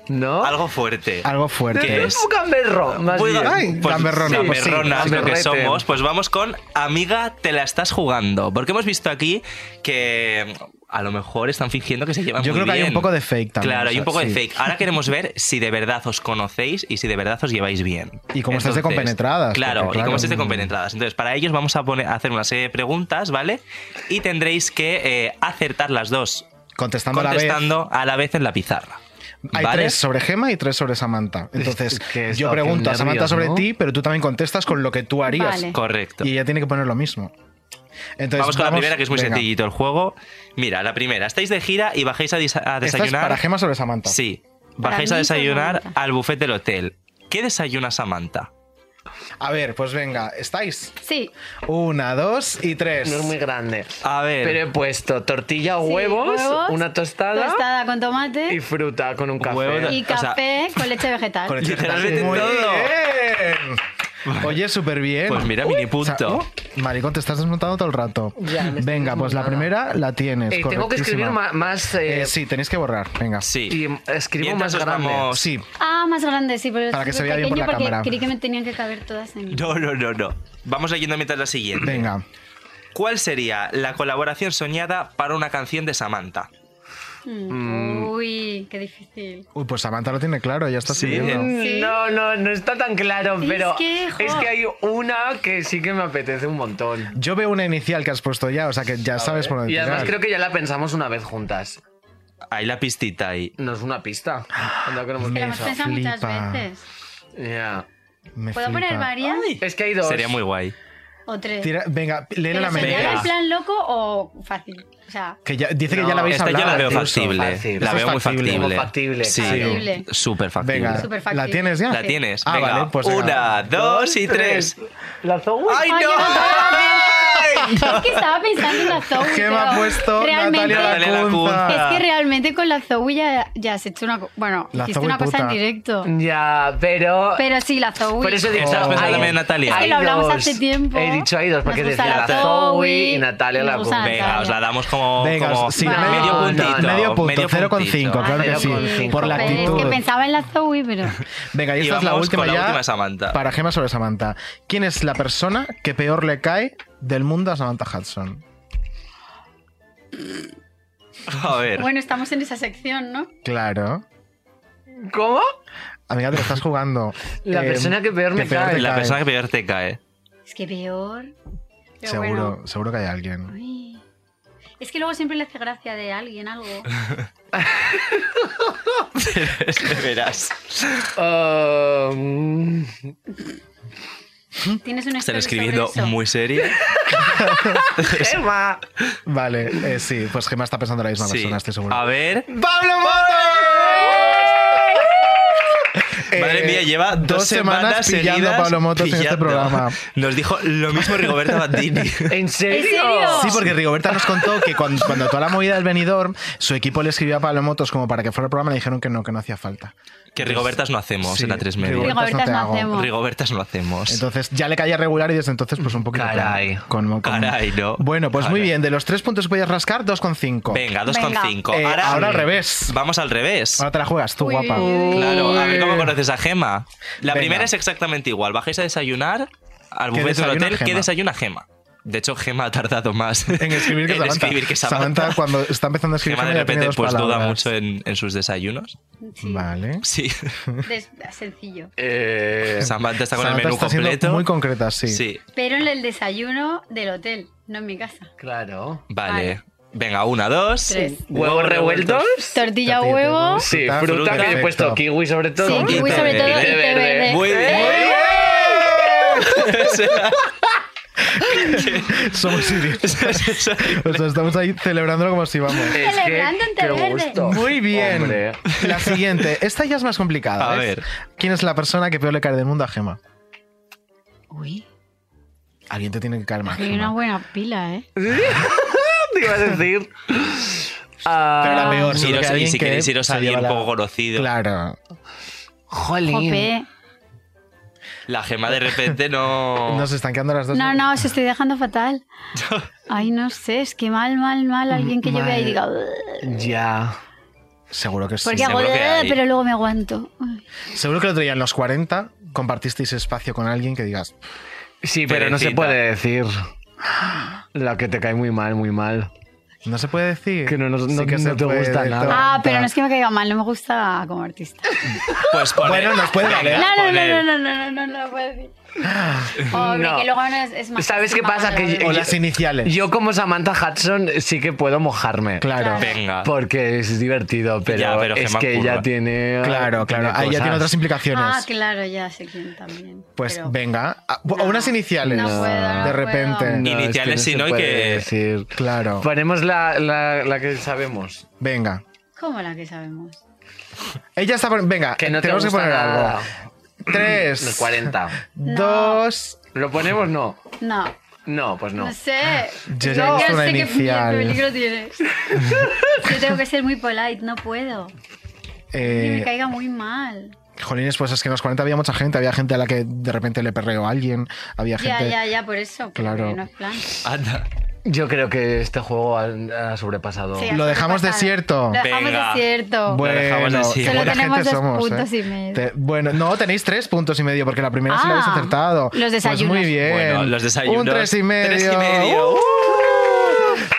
Speaker 6: ¿No?
Speaker 3: Algo fuerte.
Speaker 1: Algo
Speaker 3: ¿Qué
Speaker 1: fuerte.
Speaker 3: es?
Speaker 6: Un gamberro, más
Speaker 3: Muy
Speaker 6: bien.
Speaker 3: ga-
Speaker 1: Ay, gamberrona, pues sí,
Speaker 3: gamberronas, lo que
Speaker 6: gamberrete.
Speaker 3: somos. Pues vamos con Amiga, te la estás jugando. Porque hemos visto aquí que mm, a lo mejor están fingiendo que se llevan
Speaker 1: Yo
Speaker 3: muy
Speaker 1: creo que hay
Speaker 3: bien.
Speaker 1: un poco de fake también,
Speaker 3: Claro,
Speaker 1: o
Speaker 3: hay un
Speaker 1: sea,
Speaker 3: poco de
Speaker 1: sí.
Speaker 3: fake. Ahora queremos ver si de verdad os conocéis y si de verdad os lleváis bien.
Speaker 1: Y cómo estáis de
Speaker 3: Entonces,
Speaker 1: compenetradas,
Speaker 3: Claro,
Speaker 1: porque,
Speaker 3: y cómo
Speaker 1: claro,
Speaker 3: estáis de
Speaker 1: mm.
Speaker 3: compenetradas. Entonces, para ellos vamos a poner, a hacer una serie de preguntas, ¿vale? Y tendréis que eh, acertar las dos
Speaker 1: Contestando, a la vez.
Speaker 3: contestando a la vez en la pizarra.
Speaker 1: Hay
Speaker 3: ¿Vale?
Speaker 1: tres sobre Gema y tres sobre Samantha. Entonces,
Speaker 6: que es
Speaker 1: yo
Speaker 6: lo que
Speaker 1: pregunto a
Speaker 6: nervios,
Speaker 1: Samantha sobre
Speaker 6: ¿no?
Speaker 1: ti, pero tú también contestas con lo que tú harías.
Speaker 10: Vale.
Speaker 3: Correcto.
Speaker 1: Y ella tiene que poner lo mismo. Entonces,
Speaker 3: vamos con la
Speaker 1: vamos-
Speaker 3: primera, que es muy
Speaker 1: venga.
Speaker 3: sencillito el juego. Mira, la primera, estáis de gira y bajáis a, dis- a
Speaker 1: Esta es
Speaker 3: desayunar.
Speaker 1: para Gema sobre Samantha.
Speaker 3: Sí,
Speaker 10: Para
Speaker 3: bajáis a
Speaker 10: mí,
Speaker 3: desayunar
Speaker 10: Samantha.
Speaker 3: al buffet del hotel. ¿Qué desayuna Samantha?
Speaker 1: A ver, pues venga, ¿estáis?
Speaker 10: Sí,
Speaker 1: Una, dos y tres.
Speaker 6: No es muy grande.
Speaker 3: Pues, A ver.
Speaker 6: Pero he puesto tortilla,
Speaker 10: Sí,
Speaker 6: huevos,
Speaker 10: huevos,
Speaker 6: una tostada,
Speaker 10: tostada con tomate
Speaker 6: y fruta con un café.
Speaker 3: Huevo de-
Speaker 10: y
Speaker 3: o sea,
Speaker 10: café con leche vegetal.
Speaker 1: Con el chat.
Speaker 3: Literalmente
Speaker 1: Muy
Speaker 3: todo.
Speaker 1: bien. Oye, súper bien.
Speaker 3: Pues mira, mini punto.
Speaker 1: uh, maricón, te estás desmontando todo el rato.
Speaker 6: Ya, me estoy
Speaker 1: Venga, pues la
Speaker 6: desmontada.
Speaker 1: primera la tienes.
Speaker 6: Eh, tengo que escribir
Speaker 1: correctísima.
Speaker 6: ma- más. eh,
Speaker 1: Eh, sí, tenéis que borrar. Venga.
Speaker 3: Sí. [laughs]
Speaker 6: Y escribo
Speaker 3: Mientras
Speaker 6: más
Speaker 3: os
Speaker 6: grande.
Speaker 3: vamos-
Speaker 1: Sí.
Speaker 10: Ah, más grande, sí, pero
Speaker 1: Para que
Speaker 10: es
Speaker 1: se vea bien por
Speaker 10: pequeño
Speaker 1: la
Speaker 10: porque
Speaker 1: cámara.
Speaker 10: creí que me tenían que caber todas en
Speaker 3: No, no, no, no. Vamos leyendo mientras la siguiente.
Speaker 1: Venga.
Speaker 3: ¿Cuál sería la colaboración soñada para una canción de Samantha?
Speaker 10: Mm, Uy, qué difícil.
Speaker 1: Uy, pues Samantha lo tiene claro, ya está
Speaker 3: Sí.
Speaker 1: escribiendo.
Speaker 10: Sí.
Speaker 6: No, no, no está tan claro,
Speaker 10: Es
Speaker 6: pero
Speaker 10: que, jo.
Speaker 6: es que hay una que sí que me apetece un montón.
Speaker 1: Yo veo una inicial que has puesto ya, o sea que pues ya sabes por dónde
Speaker 6: Y además
Speaker 1: tirar.
Speaker 6: creo que ya la pensamos una vez juntas.
Speaker 3: Ahí la pistita ahí.
Speaker 6: No es una pista. Anda, que no hemos
Speaker 10: Pero hemos
Speaker 1: Esa
Speaker 6: pensado.
Speaker 10: pensado muchas
Speaker 1: flipa.
Speaker 10: veces.
Speaker 6: Ya.
Speaker 1: Me
Speaker 10: ¿Puedo
Speaker 1: flipa.
Speaker 10: poner varias?
Speaker 6: Es que hay dos.
Speaker 3: Sería muy guay.
Speaker 10: O tres.
Speaker 1: Tira- venga, léele
Speaker 10: Pero
Speaker 1: la
Speaker 10: ¿se
Speaker 1: mente.
Speaker 10: llama el plan loco o fácil? O sea,
Speaker 1: Que ya- dice que
Speaker 3: No,
Speaker 1: ya la habéis
Speaker 3: esta yo
Speaker 1: hablado.
Speaker 3: la veo
Speaker 1: incluso.
Speaker 3: factible. La
Speaker 1: Esta es
Speaker 3: veo muy factible.
Speaker 6: Factible,
Speaker 3: Sí,
Speaker 10: Factible.
Speaker 3: súper factible.
Speaker 1: Venga, ¿la tienes ya?
Speaker 3: La tienes.
Speaker 1: Ah,
Speaker 3: Venga,
Speaker 1: vale, pues venga.
Speaker 3: una, dos y tres.
Speaker 6: La Zoe.
Speaker 10: ¡Ay, no! Es que estaba pensando en la Zoe.
Speaker 1: [laughs] ¿Qué me ha
Speaker 10: pero
Speaker 1: puesto
Speaker 10: realmente-
Speaker 1: Natalia
Speaker 3: Natalia
Speaker 1: Lacunza?
Speaker 3: Lacunza.
Speaker 10: Es que realmente con la Zoe ya, ya has hecho una. co- Bueno,
Speaker 1: La
Speaker 10: hiciste
Speaker 1: Zoe
Speaker 10: una cosa en
Speaker 1: puta.
Speaker 10: directo.
Speaker 6: Ya, pero.
Speaker 10: Pero sí, la Zoe.
Speaker 6: Por eso he dicho.
Speaker 3: Estabas pensando
Speaker 6: hay-
Speaker 3: también en Natalia.
Speaker 10: Es que lo
Speaker 6: hay
Speaker 10: hablamos
Speaker 6: dos.
Speaker 10: hace tiempo.
Speaker 6: He dicho hay dos,
Speaker 10: Nos
Speaker 6: porque
Speaker 10: gusta
Speaker 6: decía la
Speaker 10: la
Speaker 6: Zoe
Speaker 10: Zoe,
Speaker 6: y Natalia
Speaker 10: nos
Speaker 6: la
Speaker 10: gusta
Speaker 6: Gumbe.
Speaker 3: Venga, os la damos como,
Speaker 1: Venga,
Speaker 3: como
Speaker 1: sí,
Speaker 10: medio
Speaker 3: medio
Speaker 1: punto,
Speaker 3: puntito.
Speaker 1: medio punto,
Speaker 3: medio
Speaker 1: 0,5,
Speaker 3: puntito.
Speaker 1: claro que
Speaker 6: Ah,
Speaker 1: sí,
Speaker 6: 0,5.
Speaker 1: por la
Speaker 10: Pero es
Speaker 1: actitud.
Speaker 10: que pensaba en la Zoe,
Speaker 1: [laughs]
Speaker 10: pero.
Speaker 1: Venga, y
Speaker 3: Y
Speaker 1: esta es la
Speaker 3: vamos
Speaker 1: última
Speaker 3: con la
Speaker 1: ya
Speaker 3: última, Samantha.
Speaker 1: para Gema sobre Samantha. ¿Quién es la persona que peor le cae del mundo a Samantha Hudson?
Speaker 3: A ver.
Speaker 10: Bueno, estamos en esa sección, ¿no?
Speaker 1: Claro.
Speaker 6: ¿Cómo?
Speaker 1: Amiga, te lo estás jugando. Em,
Speaker 6: La persona que peor me cae.
Speaker 1: Eh, te
Speaker 3: La persona que peor te
Speaker 10: [laughs]
Speaker 3: cae.
Speaker 10: Es que peor. Pero
Speaker 1: Seguro,
Speaker 10: bueno.
Speaker 1: seguro que hay alguien.
Speaker 10: Ay. Es que luego siempre le hace gracia de alguien algo.
Speaker 3: Verás.
Speaker 6: Um,
Speaker 10: Tienes una
Speaker 3: Están
Speaker 10: historia
Speaker 3: escribiendo
Speaker 10: sobre eso?
Speaker 3: muy serio.
Speaker 6: Emma.
Speaker 1: Vale, eh, sí, pues Gemma está pensando en la misma
Speaker 3: Sí.
Speaker 1: persona, estoy seguro.
Speaker 3: A ver.
Speaker 1: ¡Pablo Motos!
Speaker 3: Madre
Speaker 1: Eh,
Speaker 3: mía, lleva dos, semanas,
Speaker 1: pillando
Speaker 3: seguidas
Speaker 1: a Pablo Motos en este
Speaker 3: pillando.
Speaker 1: programa.
Speaker 3: Nos dijo lo mismo Rigoberta
Speaker 1: [laughs]
Speaker 3: Bandini.
Speaker 6: ¿En serio?
Speaker 10: serio?
Speaker 1: Sí, porque Rigoberta nos contó que [laughs] cuan- cuando, toda la movida del venidor, su equipo le escribió a Pablo Motos como para que fuera al programa y le dijeron que no, que no hacía falta.
Speaker 3: Que Rigobertas no hacemos
Speaker 1: Sí,
Speaker 3: en la 3 media.
Speaker 1: Rigobertas
Speaker 10: Rigobertas
Speaker 1: no te
Speaker 10: no
Speaker 1: hago.
Speaker 10: hacemos.
Speaker 3: Rigobertas no hacemos.
Speaker 1: Entonces ya le caía regular y desde entonces pues un poquito...
Speaker 6: Caray.
Speaker 1: Con, con- con-
Speaker 3: Caray, ¿no?
Speaker 1: Bueno, pues muy
Speaker 3: Caray.
Speaker 1: bien, de los tres puntos que podías rascar, 2,5.
Speaker 3: Venga,
Speaker 10: Venga.
Speaker 3: 2,5.
Speaker 1: Eh,
Speaker 3: ahora,
Speaker 1: ahora al revés.
Speaker 3: Vamos al revés.
Speaker 1: Ahora te la juegas tú,
Speaker 10: Uy,
Speaker 1: guapa.
Speaker 10: uy, uy.
Speaker 3: Claro, a ver cómo conoces a Gema.
Speaker 1: Venga.
Speaker 3: La primera es exactamente igual. Bajáis a desayunar al
Speaker 1: ¿Qué
Speaker 3: buffet del
Speaker 1: desayuna
Speaker 3: hotel. ¿Qué
Speaker 1: Gema?
Speaker 3: desayuna Gema? De hecho, Gema ha tardado más
Speaker 1: En escribir que
Speaker 3: [laughs] en
Speaker 1: Samantha.
Speaker 3: escribir que Samantha.
Speaker 1: Samantha, pues, cuando está empezando a escribir,
Speaker 3: Gema de
Speaker 1: Gemma ya tiene
Speaker 3: repente
Speaker 1: dos
Speaker 3: pues duda
Speaker 1: palabras.
Speaker 3: mucho en, en sus desayunos. [laughs]
Speaker 10: Sí,
Speaker 1: Vale.
Speaker 3: Sí.
Speaker 10: des- sencillo.
Speaker 6: Eh,
Speaker 3: Samantha está con
Speaker 1: Em, Samantha
Speaker 3: el menú
Speaker 1: está siendo
Speaker 3: completo.
Speaker 1: muy concreta, sí. [laughs]
Speaker 3: Sí.
Speaker 10: Pero en el desayuno del hotel, no en mi casa.
Speaker 6: claro.
Speaker 3: Vale.
Speaker 10: Vale.
Speaker 3: Venga, una, dos.
Speaker 10: Tres.
Speaker 6: ¿Huevos revueltos?
Speaker 10: Tortilla
Speaker 1: Tortilla,
Speaker 10: huevo.
Speaker 1: huevos.
Speaker 6: Sí, fruta,
Speaker 3: Fruta,
Speaker 6: que le he
Speaker 1: perfecto.
Speaker 6: puesto kiwi sobre todo.
Speaker 10: Sí,
Speaker 3: Con
Speaker 10: kiwi
Speaker 3: té
Speaker 10: sobre todo y
Speaker 3: verde.
Speaker 10: té verde.
Speaker 6: ¿Eh?
Speaker 3: Muy bien. O sea,
Speaker 1: Somos idiotas.
Speaker 3: es- es-
Speaker 1: O sea, estamos ahí celebrándolo como si vamos.
Speaker 6: Es que,
Speaker 10: Celebrando un té
Speaker 6: qué
Speaker 10: verde.
Speaker 6: gusto. [laughs]
Speaker 1: Muy bien.
Speaker 6: Hombre.
Speaker 1: La siguiente. Esta ya es más complicada.
Speaker 3: [laughs] A
Speaker 1: ¿ves?
Speaker 3: ver.
Speaker 1: ¿Quién es la persona que peor le cae del mundo a Gema?
Speaker 10: Uy,
Speaker 1: Alguien te tiene que caer más.
Speaker 10: hay
Speaker 1: Gema.
Speaker 10: una buena pila, ¿eh?
Speaker 6: Te iba a decir. Ah,
Speaker 1: Pero la peor. seguro que
Speaker 3: iros- y
Speaker 1: alguien
Speaker 3: si
Speaker 1: que
Speaker 3: queréis iros
Speaker 1: se
Speaker 3: a alguien
Speaker 1: lleva
Speaker 3: un
Speaker 1: la-
Speaker 3: poco conocido.
Speaker 1: Claro.
Speaker 6: jolín.
Speaker 10: Jope.
Speaker 3: La gema de repente
Speaker 1: [laughs]
Speaker 3: no.
Speaker 1: Nos están quedando las dos.
Speaker 10: No, no, os estoy
Speaker 1: [laughs]
Speaker 10: dejando fatal. Ay, no sé, es que mal, mal, mal. Alguien que yo vea y
Speaker 6: Mal.
Speaker 10: diga. "Ugh",
Speaker 6: Ya.
Speaker 1: Seguro que sí.
Speaker 10: Porque hago.
Speaker 3: seguro que
Speaker 10: "Ugh",
Speaker 3: hay.
Speaker 10: Pero luego me aguanto. Ay.
Speaker 1: Seguro que el otro día en los 40 compartisteis espacio con alguien que digas.
Speaker 6: Sí, pero no se
Speaker 3: Terecita.
Speaker 6: puede decir. La que te cae muy mal, muy mal.
Speaker 1: No se puede decir.
Speaker 6: Que no nos- no-
Speaker 1: se
Speaker 6: no te
Speaker 1: puede,
Speaker 6: gusta nada.
Speaker 10: Ah, pero no es que me caiga mal, no me gusta como
Speaker 1: [laughs]
Speaker 10: artista.
Speaker 3: Pues poner-
Speaker 1: Bueno, nos puede
Speaker 3: Venga,
Speaker 1: valer.
Speaker 10: No, no,
Speaker 3: poner-
Speaker 10: no, no, no, no, no, no, no lo
Speaker 1: [laughs]
Speaker 10: puedo decir. Pobre,
Speaker 6: No.
Speaker 10: que luego no es, es más.
Speaker 6: ¿Sabes
Speaker 10: es
Speaker 6: qué
Speaker 10: más
Speaker 6: pasa? Que
Speaker 10: agradable.
Speaker 1: O las iniciales.
Speaker 6: Yo, como Samantha Hudson, sí que puedo mojarme.
Speaker 1: Claro.
Speaker 3: Venga.
Speaker 6: Porque es divertido, pero,
Speaker 3: Ya, pero
Speaker 6: es
Speaker 3: Gemma
Speaker 6: que
Speaker 3: curva.
Speaker 6: ella tiene.
Speaker 1: Claro, claro. Ahí ya tiene
Speaker 6: cosas.
Speaker 1: otras implicaciones.
Speaker 10: Ah, claro, ya sé quién también.
Speaker 1: Pues
Speaker 10: pero-
Speaker 1: venga, a- o unas iniciales.
Speaker 10: No puedo, no
Speaker 1: de repente.
Speaker 10: puedo.
Speaker 6: No, es que
Speaker 3: Iniciales,
Speaker 6: no
Speaker 3: si
Speaker 6: se
Speaker 3: no, y
Speaker 6: puede
Speaker 3: que-
Speaker 6: decir.
Speaker 1: Claro.
Speaker 6: Ponemos la, la, la que sabemos.
Speaker 1: Venga.
Speaker 10: ¿Cómo la que sabemos?
Speaker 1: Ella está pon- Venga,
Speaker 6: Que no te
Speaker 1: tenemos que
Speaker 6: gusta
Speaker 1: poner
Speaker 6: nada.
Speaker 1: algo. Tres.
Speaker 6: Los [laughs] 40.
Speaker 1: Dos.
Speaker 6: ¿Lo ponemos? No.
Speaker 10: No,
Speaker 6: No, pues no.
Speaker 10: no, sé.
Speaker 1: [gasps] Yo ya he visto una
Speaker 10: sé qué
Speaker 1: inicial. [laughs]
Speaker 10: peligro tienes. Yo tengo que ser muy polite, no puedo. Que me
Speaker 1: Eh,
Speaker 10: caiga muy mal.
Speaker 1: jolines, pues es que en los 40 había mucha gente. Había gente a la que de repente le perreó a alguien. Había
Speaker 10: Ya,
Speaker 1: gente.
Speaker 10: ya, ya, por eso. porque
Speaker 1: Claro.
Speaker 10: No es plan.
Speaker 3: Anda.
Speaker 6: Yo creo que este juego ha, ha sobrepasado.
Speaker 10: Sí,
Speaker 1: Lo
Speaker 10: hasta
Speaker 1: dejamos
Speaker 10: pasado.
Speaker 1: desierto.
Speaker 10: Lo dejamos
Speaker 3: Venga.
Speaker 10: desierto.
Speaker 1: Bueno,
Speaker 3: dejamos así.
Speaker 1: qué
Speaker 10: Solo
Speaker 1: buena
Speaker 10: tenemos
Speaker 1: gente
Speaker 10: dos
Speaker 1: somos,
Speaker 10: puntos
Speaker 1: ¿eh?
Speaker 10: y medio.
Speaker 1: Te- bueno, no, tenéis tres puntos y medio porque la primera sí la habéis
Speaker 10: Ah,
Speaker 1: acertado.
Speaker 10: los desayunos.
Speaker 1: Pues muy bien.
Speaker 3: Bueno, los desayunos.
Speaker 1: Un tres y medio.
Speaker 3: Tres y medio.
Speaker 1: Uh.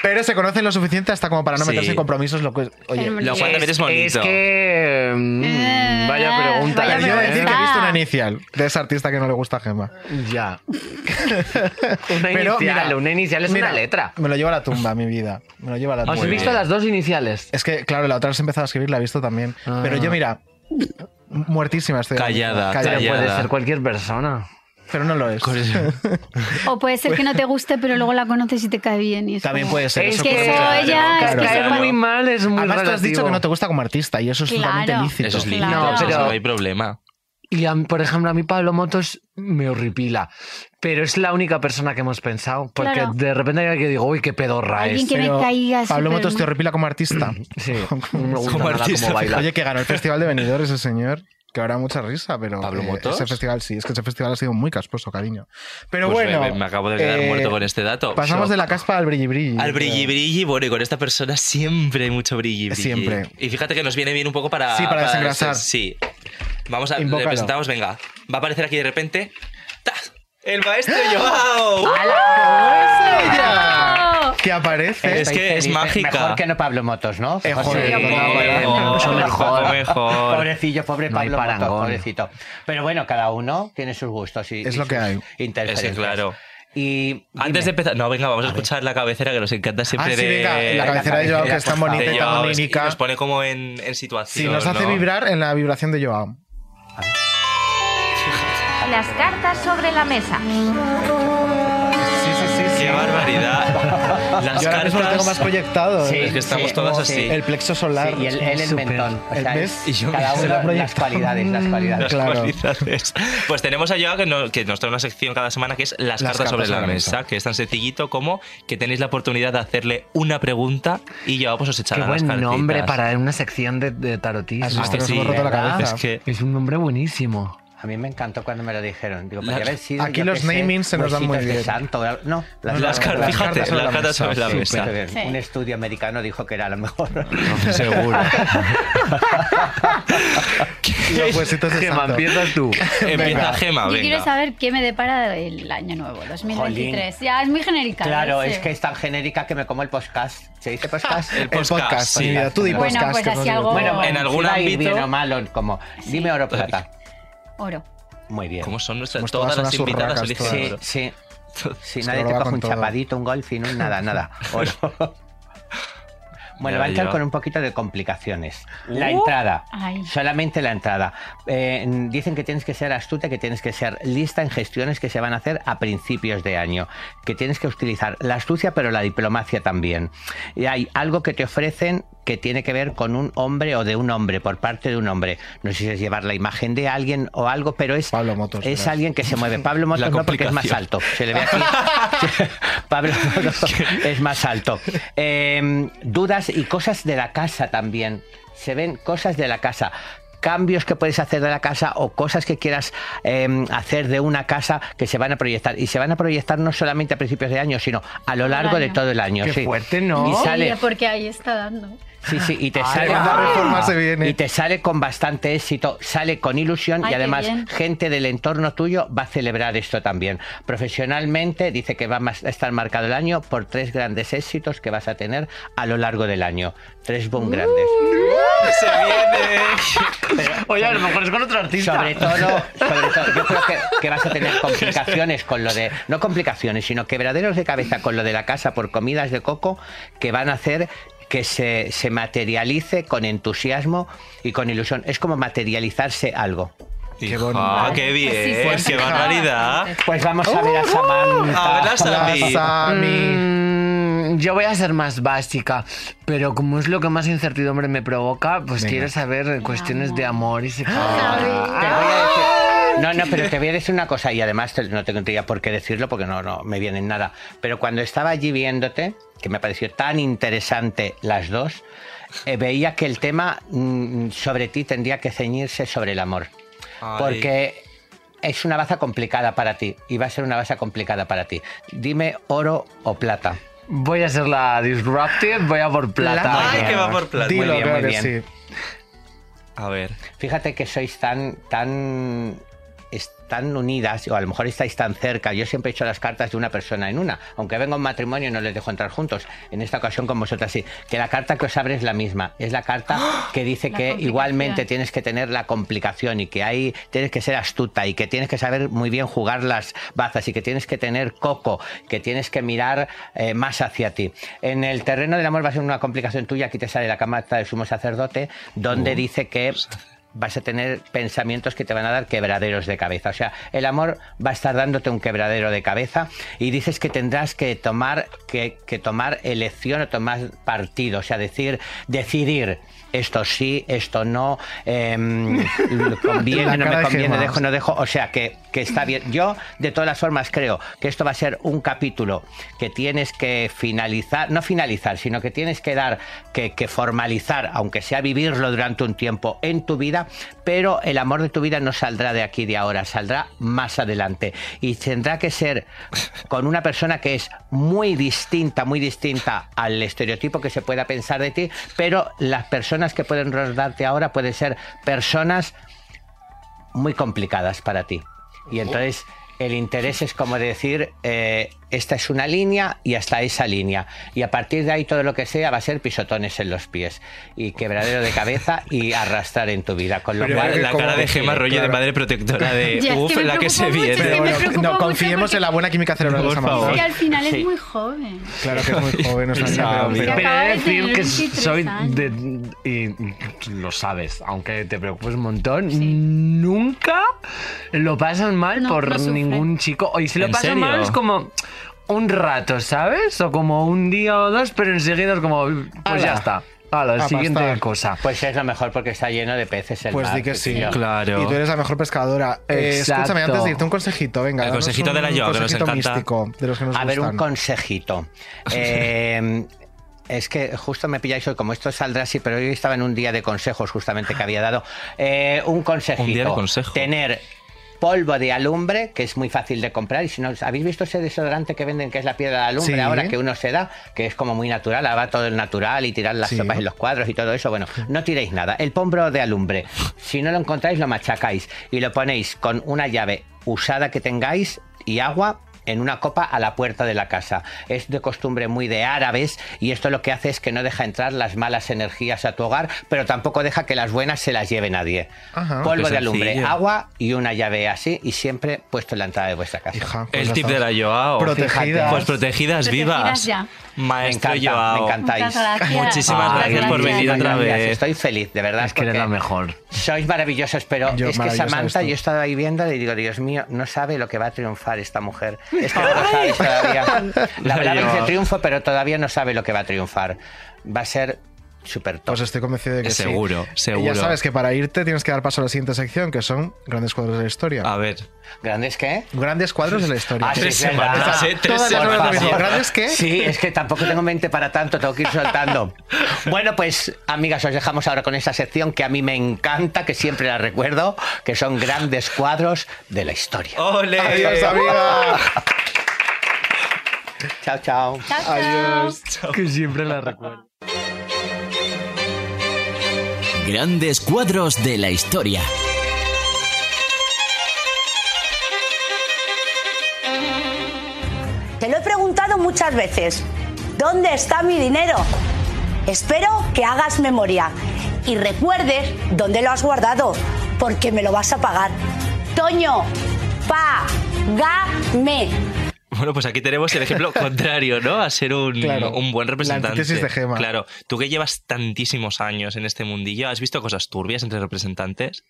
Speaker 1: Pero se conocen lo suficiente hasta como para no
Speaker 3: Sí.
Speaker 1: meterse en compromisos. Lo que, oye,
Speaker 10: Em,
Speaker 3: Lo cual también es bonito.
Speaker 6: Es que. mm,
Speaker 10: Eh,
Speaker 6: vaya pregunta.
Speaker 10: vaya
Speaker 1: Pero yo he de decir que he
Speaker 10: pregunta.
Speaker 1: visto una inicial de esa artista que no le gusta a Gemma.
Speaker 6: Ya. una
Speaker 1: Pero,
Speaker 6: inicial,
Speaker 1: mira,
Speaker 6: una inicial es
Speaker 1: mira,
Speaker 6: una letra.
Speaker 1: Me lo lleva a la tumba, mi vida. Me lo lleva a la
Speaker 6: ¿Os
Speaker 1: tumba.
Speaker 6: he visto las dos iniciales?
Speaker 1: Es que, claro, la otra vez he empezado a escribir, la he visto también.
Speaker 6: Ah.
Speaker 1: Pero yo, mira, muertísima estoy. ahora mismo.
Speaker 3: Callada,
Speaker 6: Pero
Speaker 3: callada.
Speaker 6: puede ser cualquier persona.
Speaker 1: pero no lo es.
Speaker 10: O puede ser que no te guste, pero luego la conoces y te cae bien. Y es
Speaker 1: También
Speaker 10: como-
Speaker 1: puede ser.
Speaker 10: Es
Speaker 1: eso
Speaker 10: que
Speaker 1: puede
Speaker 10: eso
Speaker 1: ser.
Speaker 10: ya es
Speaker 1: Claro.
Speaker 10: que sepa-
Speaker 6: mal, es muy
Speaker 1: Además, tú has
Speaker 6: relativo.
Speaker 1: dicho que no te gusta como artista y eso es
Speaker 10: Claro.
Speaker 1: totalmente lícito.
Speaker 3: Eso es lícito,
Speaker 6: No,
Speaker 3: o sea,
Speaker 6: pero-
Speaker 3: no hay problema.
Speaker 6: Y a mí, por ejemplo, a mí Pablo Motos me horripila. Pero es la única persona que hemos pensado. Porque
Speaker 10: Claro.
Speaker 6: de repente hay alguien que digo, uy, qué pedorra
Speaker 10: Alguien
Speaker 6: es.
Speaker 10: que me Pero caiga
Speaker 1: Pablo
Speaker 10: súper
Speaker 1: Motos
Speaker 10: mal.
Speaker 1: te horripila como
Speaker 3: [clears throat]
Speaker 1: artista. [clears throat]
Speaker 6: Sí, no me gusta nada cómo baila.
Speaker 1: Oye, que ganó el Festival de Benidorm ese señor. Que habrá mucha risa, pero
Speaker 3: ¿Pablo
Speaker 1: eh,
Speaker 3: Motos?
Speaker 1: ese festival sí, es que ese festival ha sido muy casposo, cariño. Pero
Speaker 3: Pues
Speaker 1: bueno,
Speaker 3: me, me acabo de quedar
Speaker 1: eh,
Speaker 3: muerto con este dato.
Speaker 1: pasamos
Speaker 3: Shock.
Speaker 1: de la caspa al brilli brilli.
Speaker 3: Al brilli brilli, bueno, y con esta persona siempre hay mucho brilli brilli.
Speaker 1: Siempre.
Speaker 3: Y fíjate que nos viene bien un poco para.
Speaker 1: Sí, para desengrasar.
Speaker 3: sí. Vamos a.
Speaker 1: Invócalo.
Speaker 3: Le presentamos, venga. Va a aparecer aquí de repente. ¡Ta! ¡El maestro
Speaker 1: ¡Ah!
Speaker 3: Joao!
Speaker 1: ¡Ella! Que aparece.
Speaker 3: Es que es mágica.
Speaker 2: Mejor que no Pablo Motos, ¿no?
Speaker 1: Eh, joder,
Speaker 2: Sí,
Speaker 1: un poco
Speaker 2: hombre,
Speaker 1: mejor,
Speaker 2: mucho
Speaker 1: un
Speaker 2: mejor.
Speaker 1: poco mejor.
Speaker 2: Pobrecillo, pobre
Speaker 1: No hay
Speaker 2: Pablo Motos,
Speaker 1: parangón.
Speaker 2: pobrecito. Pero bueno, cada uno tiene sus gustos y
Speaker 1: Es
Speaker 2: y
Speaker 1: lo que
Speaker 2: sus
Speaker 1: hay.
Speaker 3: Es
Speaker 2: [laughs]
Speaker 3: que
Speaker 2: Interferencias.
Speaker 3: claro.
Speaker 2: Y
Speaker 3: Antes de empezar, no, venga, vamos a, escuchar la cabecera que nos encanta siempre.
Speaker 1: Ah, sí,
Speaker 3: de-
Speaker 1: venga, la cabecera de Joao, que es tan
Speaker 3: por favor.
Speaker 1: bonita y tan
Speaker 3: De Joao, es-
Speaker 1: onírica.
Speaker 3: y Nos pone como en, en situación.
Speaker 1: Si nos hace
Speaker 3: ¿no?
Speaker 1: vibrar en la vibración de Joao.
Speaker 11: Las cartas sobre la mesa.
Speaker 1: [laughs]
Speaker 3: Qué barbaridad. Las
Speaker 1: Yo ahora mismo lo
Speaker 3: cartas-
Speaker 1: tengo más proyectado.
Speaker 2: Sí,
Speaker 1: Es que estamos
Speaker 2: sí,
Speaker 3: todas
Speaker 2: sí.
Speaker 3: así.
Speaker 1: El plexo solar.
Speaker 2: Sí, y el, él el
Speaker 1: Súper.
Speaker 2: mentón. O
Speaker 1: El
Speaker 2: sea,
Speaker 1: mes.
Speaker 2: es- cada
Speaker 1: Se lo ha
Speaker 2: uno
Speaker 1: proyectado. Mm,
Speaker 2: las cualidades, las cualidades.
Speaker 3: Las cualidades. Pues tenemos a Joao que, no- que nos trae una sección cada semana que es las, cartas, sobre la, mesa, que es tan sencillito como que tenéis la oportunidad de hacerle una pregunta y Joao pues os
Speaker 6: Qué
Speaker 3: echará las
Speaker 6: buen
Speaker 3: cartitas.
Speaker 6: nombre para una sección de, de tarotismo.
Speaker 3: Has visto, Ah, nos sí, hemos roto la ¿verdad? cabeza. Es que-
Speaker 6: Es un nombre buenísimo.
Speaker 2: A mí me encantó cuando me lo dijeron. Digo,
Speaker 6: Las-
Speaker 2: podría haber sido,
Speaker 6: aquí
Speaker 2: yo
Speaker 6: los
Speaker 2: qué sé,
Speaker 6: namings se nos dan
Speaker 2: huesitos
Speaker 6: muy
Speaker 2: de
Speaker 6: bien.
Speaker 2: santo, la- no,
Speaker 6: Las car- fíjate, las cartas sobre la mesa.
Speaker 2: Súper bien.
Speaker 6: Sí.
Speaker 2: Un estudio americano dijo que era lo mejor.
Speaker 1: [laughs]
Speaker 6: seguro.
Speaker 1: Los huesitos de
Speaker 6: Gemma,
Speaker 1: santo.
Speaker 6: empiezas tú.
Speaker 3: Empieza Gema,
Speaker 10: Yo
Speaker 3: Ah, venga.
Speaker 10: quiero saber qué me depara el año nuevo, 2023.
Speaker 2: Jolín.
Speaker 10: Ya, es muy genérica. ¿eh?
Speaker 2: Claro,
Speaker 10: ya sé.
Speaker 2: es que es tan genérica que me como el podcast. ¿Se dice podcast?
Speaker 3: [laughs] El El podcast, podcast, sí,
Speaker 1: mira, tú di
Speaker 10: Bueno, podcast, pues que así no digo. algo-
Speaker 3: En algún
Speaker 2: si va a ir
Speaker 3: ámbito-
Speaker 2: bien o malo, como, dime oro o plata.
Speaker 10: Oro.
Speaker 2: Muy bien.
Speaker 3: ¿Cómo son nuestras
Speaker 2: Somos
Speaker 3: todas,
Speaker 2: todas
Speaker 3: las
Speaker 2: unas
Speaker 3: invitadas?
Speaker 2: urracas
Speaker 3: origen
Speaker 2: todas.
Speaker 3: oro?
Speaker 2: Sí, Si
Speaker 3: Es que
Speaker 2: nadie
Speaker 3: lo
Speaker 2: te
Speaker 3: va
Speaker 2: coge
Speaker 3: con
Speaker 2: un
Speaker 3: todo.
Speaker 2: chapadito, un golfín, un nada, nada. Oro. Bueno,
Speaker 3: Ya
Speaker 2: va a entrar
Speaker 3: lleva.
Speaker 2: con un poquito de complicaciones. La
Speaker 10: Uh.
Speaker 2: entrada.
Speaker 10: Ay.
Speaker 2: Solamente la entrada. Eh, dicen que tienes que ser astuta, que tienes que ser lista en gestiones que se van a hacer a principios de año. Que tienes que utilizar la astucia, pero la diplomacia también. Y hay algo que te ofrecen que tiene que ver con un hombre o de un hombre, por parte de un hombre. No sé si es llevar la imagen de alguien o algo, pero es, es
Speaker 1: verás.
Speaker 2: alguien que se mueve. Pablo
Speaker 1: La
Speaker 2: Motos no, porque es más
Speaker 1: complicación.
Speaker 2: alto. Se le ve aquí.
Speaker 10: [laughs]
Speaker 2: Pablo Motos es más alto. Eh, dudas y cosas de la casa también. Se ven cosas de la casa. Cambios que puedes hacer de la casa o cosas que quieras eh, hacer de una casa que se van a proyectar. Y se van a proyectar no solamente a principios de año, sino a lo largo de
Speaker 10: año.
Speaker 2: todo el año.
Speaker 6: Qué
Speaker 2: sí.
Speaker 6: fuerte, ¿no?
Speaker 2: Y
Speaker 10: Sí,
Speaker 2: sale,
Speaker 10: porque ahí está dando.
Speaker 2: Sí, sí, y te
Speaker 1: Ay,
Speaker 2: sale.
Speaker 1: cuánta reforma se viene.
Speaker 3: Mm,
Speaker 2: Y te sale con bastante éxito, sale con ilusión y
Speaker 10: Ay, qué
Speaker 2: además
Speaker 10: bien.
Speaker 2: gente del entorno tuyo va a celebrar esto también. Profesionalmente dice que va a mas- estar marcado el año por tres grandes éxitos que vas a tener a lo largo del año. Tres
Speaker 10: Uh,
Speaker 2: boom grandes.
Speaker 3: Se viene.
Speaker 6: Oye, a lo mejor es con otro artista.
Speaker 2: Sobre todo, sobre todo, yo creo que, que vas a
Speaker 10: [laughs]
Speaker 2: tener complicaciones con lo de. No complicaciones, sino quebraderos de cabeza con lo de la casa por comidas de coco que van a hacer que se, se materialice con entusiasmo y con ilusión. Es como materializarse algo.
Speaker 3: Qué bonito. Ah, qué bien.
Speaker 2: Pues sí,
Speaker 3: qué
Speaker 2: sí.
Speaker 3: barbaridad. Ah,
Speaker 2: Pues vamos a ver a Samantha.
Speaker 3: A ver a Sami.
Speaker 6: Mm, yo voy a ser más básica, pero como es lo que más incertidumbre me provoca, pues
Speaker 1: Venga.
Speaker 6: quiero saber cuestiones de amor y
Speaker 2: Te
Speaker 6: sexualidad.
Speaker 2: voy a decir- No, no, pero te voy a decir una cosa y además te- no tendría por qué decirlo porque no, no me viene en nada. Pero cuando estaba allí viéndote, que me pareció tan interesante las dos, eh, veía que el tema mm, sobre ti tendría que ceñirse sobre el amor.
Speaker 3: Ay.
Speaker 2: Porque es una baza complicada para ti y va a ser una baza complicada para ti. Dime oro o plata.
Speaker 6: Voy a ser la disruptive, voy a por plata.
Speaker 3: Ay, que va por plata.
Speaker 2: Dilo,
Speaker 3: Muy bien,
Speaker 2: creo
Speaker 3: muy
Speaker 2: que
Speaker 3: bien.
Speaker 2: sí.
Speaker 3: A ver.
Speaker 2: Fíjate que sois tan, tan, están unidas, o a lo mejor estáis tan cerca. Yo siempre he hecho las cartas de una persona en una. Aunque venga un matrimonio, no les dejo entrar juntos. En esta ocasión con vosotras sí. Que la carta que os abre es la misma. Es la carta
Speaker 10: ¡Ah!
Speaker 2: que dice
Speaker 6: La
Speaker 2: que
Speaker 6: complicación.
Speaker 2: igualmente tienes que tener la complicación y que hay, tienes que ser astuta y que tienes que saber muy bien jugar las bazas y que tienes que tener coco, que tienes que mirar eh, más hacia ti. En el terreno del amor va a ser una complicación tuya. Aquí te sale la carta del sumo sacerdote, donde dice que
Speaker 6: vas a tener pensamientos que te van a dar quebraderos de cabeza. O sea, el amor va a estar dándote un quebradero de cabeza y dices que tendrás que tomar, que, que tomar elección o tomar partido. O
Speaker 10: [laughs]
Speaker 6: sea, decir, decidir esto sí, esto no, em,
Speaker 12: La
Speaker 6: conviene, no
Speaker 12: cara
Speaker 6: me
Speaker 12: de
Speaker 6: conviene,
Speaker 12: Gemma.
Speaker 6: dejo, no dejo. O sea, que, que está bien. Yo, de todas las formas, creo que esto va a ser un capítulo que tienes que finalizar, no finalizar, sino que tienes que dar, que, que formalizar, aunque sea vivirlo durante un tiempo en tu vida, pero el amor de tu vida no saldrá de aquí de ahora, saldrá más adelante. Y tendrá que ser con una persona que es muy distinta, muy distinta al estereotipo que se pueda pensar de ti, pero las personas que pueden rodarte ahora pueden ser personas muy complicadas para ti. Y entonces el interés es como decir, eh, esta es una línea y hasta esa línea. Y a partir de ahí todo lo que sea va a ser pisotones en los pies y quebradero de cabeza y arrastrar en tu vida. Con lo
Speaker 3: Pero
Speaker 6: cual,
Speaker 3: la cara de Gemma rollo de madre protectora de
Speaker 10: [laughs] Ya, es que
Speaker 3: uff,
Speaker 10: me
Speaker 3: la que se
Speaker 10: preocupa mucho, es que
Speaker 3: viene.
Speaker 10: me preocupa
Speaker 1: no,
Speaker 10: mucho
Speaker 1: confiemos en la buena química cerebral de
Speaker 3: Por
Speaker 1: Samantha.
Speaker 10: que al final es muy joven.
Speaker 1: Claro que es muy joven, no es
Speaker 12: No,
Speaker 1: una niña,
Speaker 12: pero
Speaker 1: pero-
Speaker 12: he
Speaker 10: acaba
Speaker 12: de
Speaker 10: de
Speaker 12: decir
Speaker 10: tener
Speaker 12: que
Speaker 10: 23
Speaker 12: soy
Speaker 10: años.
Speaker 12: de- y lo sabes, aunque te preocupes un montón, nunca lo pasan mal
Speaker 10: No,
Speaker 12: por
Speaker 10: no sufren.
Speaker 12: ningún chico. Y si lo
Speaker 3: ¿En
Speaker 12: pasan
Speaker 3: serio?
Speaker 12: mal es como un rato, ¿sabes? O como un día o dos, pero enseguida es como, pues
Speaker 6: Ala.
Speaker 12: ya está. A
Speaker 6: A
Speaker 12: la siguiente
Speaker 6: pastar.
Speaker 12: cosa.
Speaker 6: Pues es lo mejor porque está lleno de peces el
Speaker 1: Pues
Speaker 6: mar,
Speaker 1: di que sí.
Speaker 6: señor.
Speaker 1: Y tú eres la mejor pescadora. Eh,
Speaker 6: Exacto.
Speaker 1: escúchame, antes de irte un consejito, venga.
Speaker 6: El
Speaker 1: danos
Speaker 6: consejito de la
Speaker 1: un
Speaker 6: yo, que nos
Speaker 1: consejito
Speaker 6: encanta.
Speaker 1: místico, de los que nos
Speaker 6: A ver, un
Speaker 1: gustan.
Speaker 6: consejito. Eh, es que justo me pilláis hoy, como esto saldrá así, pero hoy estaba en un día de consejos justamente que había dado. Eh, un consejito.
Speaker 3: Un día de consejo.
Speaker 6: Tener polvo de alumbre, que es muy fácil de comprar. Y si no, ¿habéis visto ese desodorante que venden que es la piedra de alumbre
Speaker 12: Sí.
Speaker 6: ahora que uno se da? Que es como muy natural, ahora va todo el natural y tirar las
Speaker 12: Sí.
Speaker 6: sopas en los cuadros y todo eso. Bueno, no tiréis nada. El polvo de alumbre, si no lo encontráis, lo machacáis y lo ponéis con una llave usada que tengáis y agua en una copa a la puerta de la casa. Es de costumbre muy de árabes y esto lo que hace es que no deja entrar las malas energías a tu hogar, pero tampoco deja que las buenas se las lleve nadie.
Speaker 1: Ajá.
Speaker 6: Polvo
Speaker 3: Qué
Speaker 6: de alumbre,
Speaker 3: sencillo.
Speaker 6: agua y una llave así y siempre puesto en la entrada de vuestra casa.
Speaker 1: pues
Speaker 3: El tip de la Joao.
Speaker 6: Protegidas.
Speaker 3: Pues protegidas,
Speaker 6: Protegidas
Speaker 3: vivas.
Speaker 10: ya.
Speaker 3: Maestro
Speaker 6: Me encanta,
Speaker 3: Joao.
Speaker 6: me encantáis.
Speaker 10: Muchas gracias.
Speaker 3: Muchísimas
Speaker 6: Ay,
Speaker 3: Ah, gracias por venir
Speaker 6: muchísimas
Speaker 3: otra
Speaker 6: gracias.
Speaker 3: vez.
Speaker 6: Estoy feliz, de verdad. Es
Speaker 12: que eres la mejor.
Speaker 6: Sois maravillosos, pero
Speaker 12: Yo,
Speaker 6: es que
Speaker 12: maravillosa
Speaker 6: Samantha,
Speaker 12: eres tú.
Speaker 6: yo estaba ahí viéndola y digo, Dios mío, no sabe lo que va a triunfar esta mujer. Es que no
Speaker 3: [laughs]
Speaker 6: lo sabes todavía. La
Speaker 3: La
Speaker 6: palabra
Speaker 3: lleva.
Speaker 6: dice triunfo, pero todavía no sabe lo que va a triunfar. Va a ser súper top.
Speaker 1: Pues estoy convencido de que sí. Eh,
Speaker 3: Seguro, seguro.
Speaker 1: Ya sabes que para irte tienes que dar paso a la siguiente sección, que son grandes cuadros de la historia.
Speaker 3: A ver.
Speaker 6: ¿Grandes qué?
Speaker 1: Grandes cuadros de la historia.
Speaker 6: Ah, sí, es verdad.
Speaker 1: O sea, todas las horas lo mismo. ¿Grandes qué?
Speaker 6: Sí, es que tampoco tengo mente para tanto, tengo que ir [laughs] soltando. Bueno, pues, amigas, os dejamos ahora con esta sección que a mí me encanta, que siempre la recuerdo, que son grandes cuadros de la historia.
Speaker 3: ¡Ole!
Speaker 1: Adiós, amiga.
Speaker 6: Chao, chao.
Speaker 1: Adiós.
Speaker 12: Que siempre la recuerdo.
Speaker 13: Grandes cuadros de la historia.
Speaker 4: Te lo he preguntado muchas veces. ¿Dónde está mi dinero? Espero que hagas memoria y recuerdes dónde lo has guardado, porque me lo vas a pagar. Toño, pagame.
Speaker 3: Bueno, pues aquí tenemos el
Speaker 1: [laughs]
Speaker 3: ejemplo contrario, ¿no? A ser un,
Speaker 1: Claro,
Speaker 3: un buen representante.
Speaker 1: la antítesis de Gema.
Speaker 3: Claro, tú que llevas tantísimos años en este mundillo, ¿has visto cosas turbias entre representantes?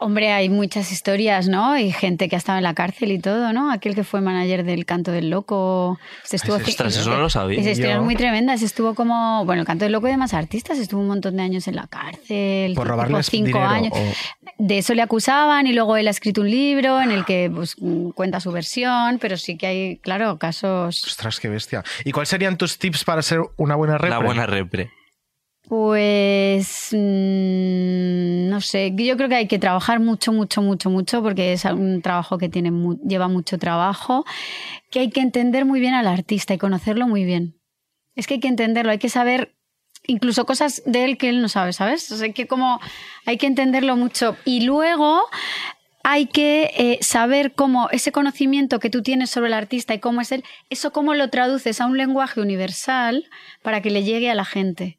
Speaker 10: Hombre, hay muchas historias, ¿no? Hay gente que ha estado en la cárcel y todo, ¿no? Aquel que fue manager del Canto del Loco. Se estuvo
Speaker 3: Ay,
Speaker 10: hace-
Speaker 3: ostras, eso no lo sabía.
Speaker 10: Esa historia
Speaker 3: Yo-
Speaker 10: es muy tremenda. Se estuvo como. Bueno, el Canto del Loco y demás artistas. Estuvo un montón de años en la cárcel.
Speaker 1: Por
Speaker 10: tipo
Speaker 1: robarles
Speaker 10: cinco
Speaker 1: dinero,
Speaker 10: años.
Speaker 1: o-
Speaker 10: De eso le acusaban y luego él ha escrito un libro en el que pues, cuenta su versión, pero sí que hay, claro, casos.
Speaker 1: Ostras, qué bestia. ¿Y cuáles serían tus tips para ser una buena repre?
Speaker 3: La buena repre.
Speaker 10: Pues mm, no sé, yo creo que hay que trabajar mucho, mucho, mucho, mucho, porque es un trabajo que tiene mu- lleva mucho trabajo, que hay que entender muy bien al artista y conocerlo muy bien. Es que hay que entenderlo, hay que saber incluso cosas de él que él no sabe, ¿sabes? O sea, que como hay que entenderlo mucho. Y luego hay que eh, saber cómo ese conocimiento que tú tienes sobre el artista y cómo es él, eso cómo lo traduces a un lenguaje universal para que le llegue a la gente.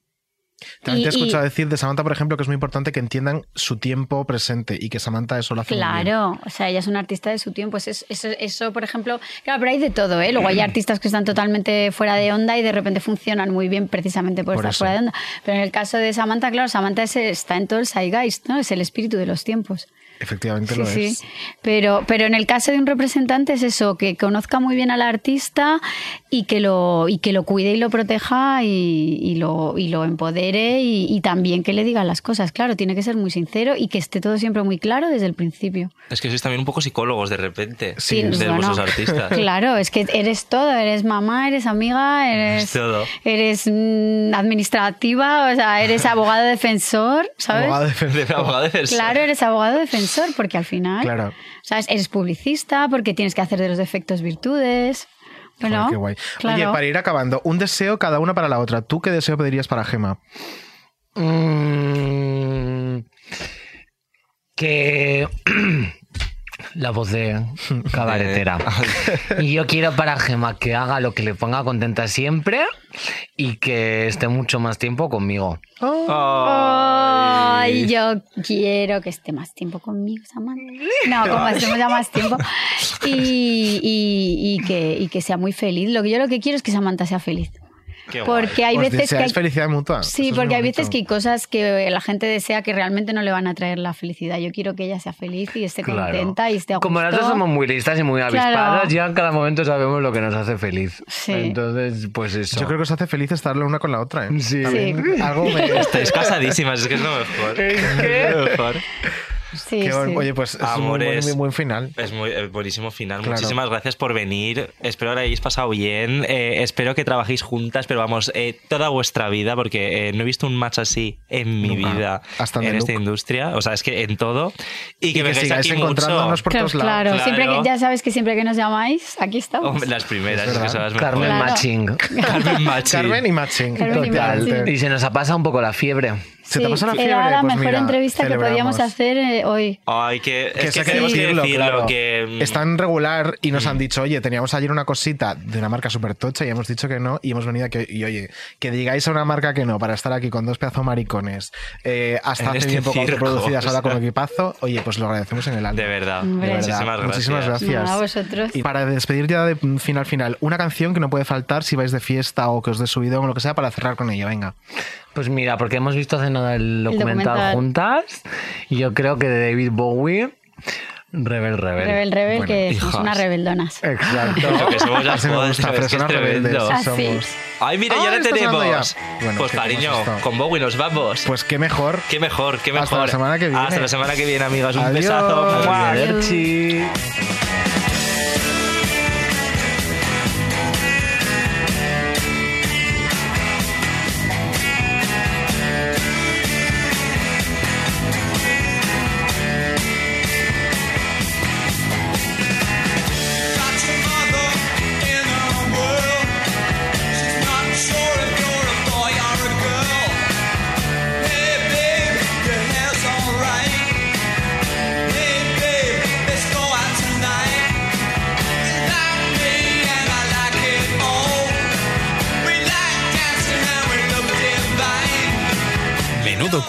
Speaker 1: También te he
Speaker 10: Y- y-
Speaker 1: escuchado decir de Samantha, por ejemplo, que es muy importante que entiendan su tiempo presente y que Samantha eso lo hace muy bien.
Speaker 10: Claro, o sea, ella es una artista de su tiempo. Eso, eso, eso, por ejemplo, claro, pero hay de todo, ¿eh? Luego hay artistas que están totalmente fuera de onda y de repente funcionan muy bien precisamente por,
Speaker 14: Por
Speaker 10: estar
Speaker 14: eso.
Speaker 10: fuera de onda. Pero en el caso de Samantha, claro, Samantha es- está en todo el zeitgeist, ¿no? Es el espíritu de los tiempos.
Speaker 1: Efectivamente
Speaker 10: Sí,
Speaker 1: lo
Speaker 10: sí.
Speaker 1: es.
Speaker 10: Pero, pero en el caso de un representante es eso, que conozca muy bien al artista y que lo, y que lo cuide y lo proteja y, y lo, y lo empodere y, y también que le diga las cosas. Claro, tiene que ser muy sincero y que esté todo siempre muy claro desde el principio.
Speaker 3: Es que sois también un poco psicólogos de repente.
Speaker 10: Y,
Speaker 3: de
Speaker 10: bueno,
Speaker 3: vuestros artistas.
Speaker 10: [laughs] Claro, es que eres todo, eres mamá, eres amiga,
Speaker 3: Es
Speaker 10: eres,
Speaker 3: todo. [laughs]
Speaker 10: eres mm, administrativa, o sea, eres abogado defensor, ¿sabes?
Speaker 3: Abogado defensor. Abogado defensor.
Speaker 10: Claro, eres abogado defensor, porque al final
Speaker 1: Claro.
Speaker 10: ¿sabes? eres publicista, porque tienes que hacer de los defectos virtudes. Bueno,
Speaker 1: Qué guay.
Speaker 10: claro.
Speaker 1: Oye, para ir acabando, un deseo cada una para la otra. ¿Tú qué deseo pedirías para Gema?
Speaker 6: Mm, que [clears throat] la voz de [laughs] cabaretera. Y yo quiero para Gema que haga lo que le ponga contenta siempre y que esté mucho más tiempo conmigo.
Speaker 10: Ay, yo quiero que esté más tiempo conmigo, Samantha. No, como
Speaker 14: Ay.
Speaker 10: estemos ya
Speaker 3: [laughs]
Speaker 10: más tiempo. Y, y- y que, y que sea muy feliz. Lo que yo lo que quiero es que Samantha sea feliz. Porque hay
Speaker 1: Os
Speaker 10: veces que
Speaker 1: deseáis
Speaker 10: hay-
Speaker 1: felicidad mutua.
Speaker 10: Sí,
Speaker 1: Eso es
Speaker 10: porque
Speaker 1: muy
Speaker 10: hay veces
Speaker 1: bonito.
Speaker 10: que hay cosas que la gente desea que realmente no le van a traer la felicidad. Yo quiero que ella sea feliz y esté
Speaker 6: Claro.
Speaker 10: contenta y esté a
Speaker 6: Como
Speaker 10: gusto.
Speaker 6: nosotros somos muy listas y muy avispadas,
Speaker 10: Claro.
Speaker 6: ya en cada momento sabemos lo que nos hace feliz.
Speaker 10: Sí.
Speaker 6: Entonces, pues eso.
Speaker 1: Yo creo que os hace feliz estar la una con la otra. ¿eh?
Speaker 6: Sí.
Speaker 1: También Algo
Speaker 10: [laughs]
Speaker 1: me- este,
Speaker 3: Estáis casadísimas, es que es lo mejor.
Speaker 1: Es que-
Speaker 3: Es lo mejor.
Speaker 10: Sí,
Speaker 1: Qué bon-
Speaker 10: sí.
Speaker 1: Oye, pues es un muy
Speaker 3: Amores.
Speaker 1: buen, muy buen final.
Speaker 3: Es muy eh, buenísimo final.
Speaker 1: Claro.
Speaker 3: Muchísimas gracias por venir. Espero lo hayáis pasado bien. Eh, espero que trabajéis juntas, pero vamos, eh, toda vuestra vida, porque eh, no he visto un match así en mi
Speaker 1: Nunca.
Speaker 3: vida
Speaker 1: Hasta en
Speaker 3: en
Speaker 1: The
Speaker 3: esta
Speaker 1: Look.
Speaker 3: industria. O sea, es que en todo. Y que,
Speaker 1: que
Speaker 3: vengáis
Speaker 1: sigáis
Speaker 3: aquí mucho.
Speaker 1: encontrándonos por
Speaker 10: Claro, claro. Siempre que,
Speaker 3: Claro.
Speaker 10: ya sabes que siempre que nos llamáis, aquí estamos.
Speaker 3: Hombre, las primeras,
Speaker 6: Es
Speaker 3: es que
Speaker 6: verdad.
Speaker 3: son las
Speaker 6: Carmen
Speaker 3: mejores.
Speaker 6: Matching.
Speaker 3: Carmen Matching.
Speaker 1: Carmen y Matching.
Speaker 10: Carmen y
Speaker 6: Total.
Speaker 10: Matching.
Speaker 6: Y se nos ha pasado un poco la fiebre.
Speaker 10: Sí, Era
Speaker 1: pues
Speaker 10: la mejor entrevista que podíamos hacer eh, hoy.
Speaker 3: Ay, que,
Speaker 1: Que
Speaker 3: es
Speaker 1: eso
Speaker 3: que
Speaker 1: hay que
Speaker 3: tenemos que
Speaker 1: decirlo,
Speaker 3: decirlo,
Speaker 1: claro.
Speaker 3: que mm,
Speaker 1: Es tan regular y nos han dicho, oye, teníamos ayer una cosita de una marca súper tocha y hemos dicho que no y hemos venido aquí y oye, que digáis a una marca que no para estar aquí con dos pedazos maricones eh, hasta
Speaker 3: En
Speaker 1: hace
Speaker 3: este
Speaker 1: bien poco
Speaker 3: circo,
Speaker 1: autoproducidas
Speaker 3: o
Speaker 1: ahora
Speaker 3: sea.
Speaker 1: con equipazo, oye, pues lo agradecemos en el alma.
Speaker 3: de verdad.
Speaker 10: Hombre.
Speaker 1: De verdad.
Speaker 3: Muchísimas gracias.
Speaker 1: Muchísimas gracias.
Speaker 10: Nada, a vosotros.
Speaker 1: Y para despedir ya de mm, final final, una canción que no puede faltar si vais de fiesta o que os dé subido o lo que sea para cerrar con ella,
Speaker 3: [laughs]
Speaker 1: venga.
Speaker 6: Pues mira, porque hemos visto hace nada el documental,
Speaker 10: documental.
Speaker 6: juntas. y Yo creo que de David Bowie, Rebel Rebel.
Speaker 10: Rebel, rebel,
Speaker 6: Bueno,
Speaker 10: que
Speaker 6: hijas.
Speaker 10: somos unas rebeldonas.
Speaker 1: Eh,
Speaker 6: Exacto.
Speaker 3: Eso, que
Speaker 1: [laughs]
Speaker 3: somos las
Speaker 1: Así me
Speaker 3: jodas,
Speaker 1: gusta,
Speaker 3: ¿sabes? Que es
Speaker 1: personas rebeldes.
Speaker 3: tremendo.
Speaker 1: sí
Speaker 10: Así.
Speaker 1: somos.
Speaker 3: Ay, mira,
Speaker 1: Ay,
Speaker 3: ya la
Speaker 1: está sonando
Speaker 3: tenemos.
Speaker 1: ya. Bueno,
Speaker 3: pues
Speaker 1: qué
Speaker 3: cariño,
Speaker 1: hemos estado.
Speaker 3: con Bowie nos vamos.
Speaker 1: Pues qué mejor.
Speaker 3: Qué mejor, qué mejor.
Speaker 1: Hasta la semana que viene.
Speaker 3: Hasta la semana que viene, amigas. Un
Speaker 1: Adiós.
Speaker 3: besazo. ¡Mua!
Speaker 1: Arrivederci.
Speaker 14: Got your mother in a world. She's not sure if you're a boy or a girl. Hey babe, your hair's alright. Hey babe, let's go out tonight. You like me and I like it all. We like dancing and we look divine.
Speaker 5: Menudo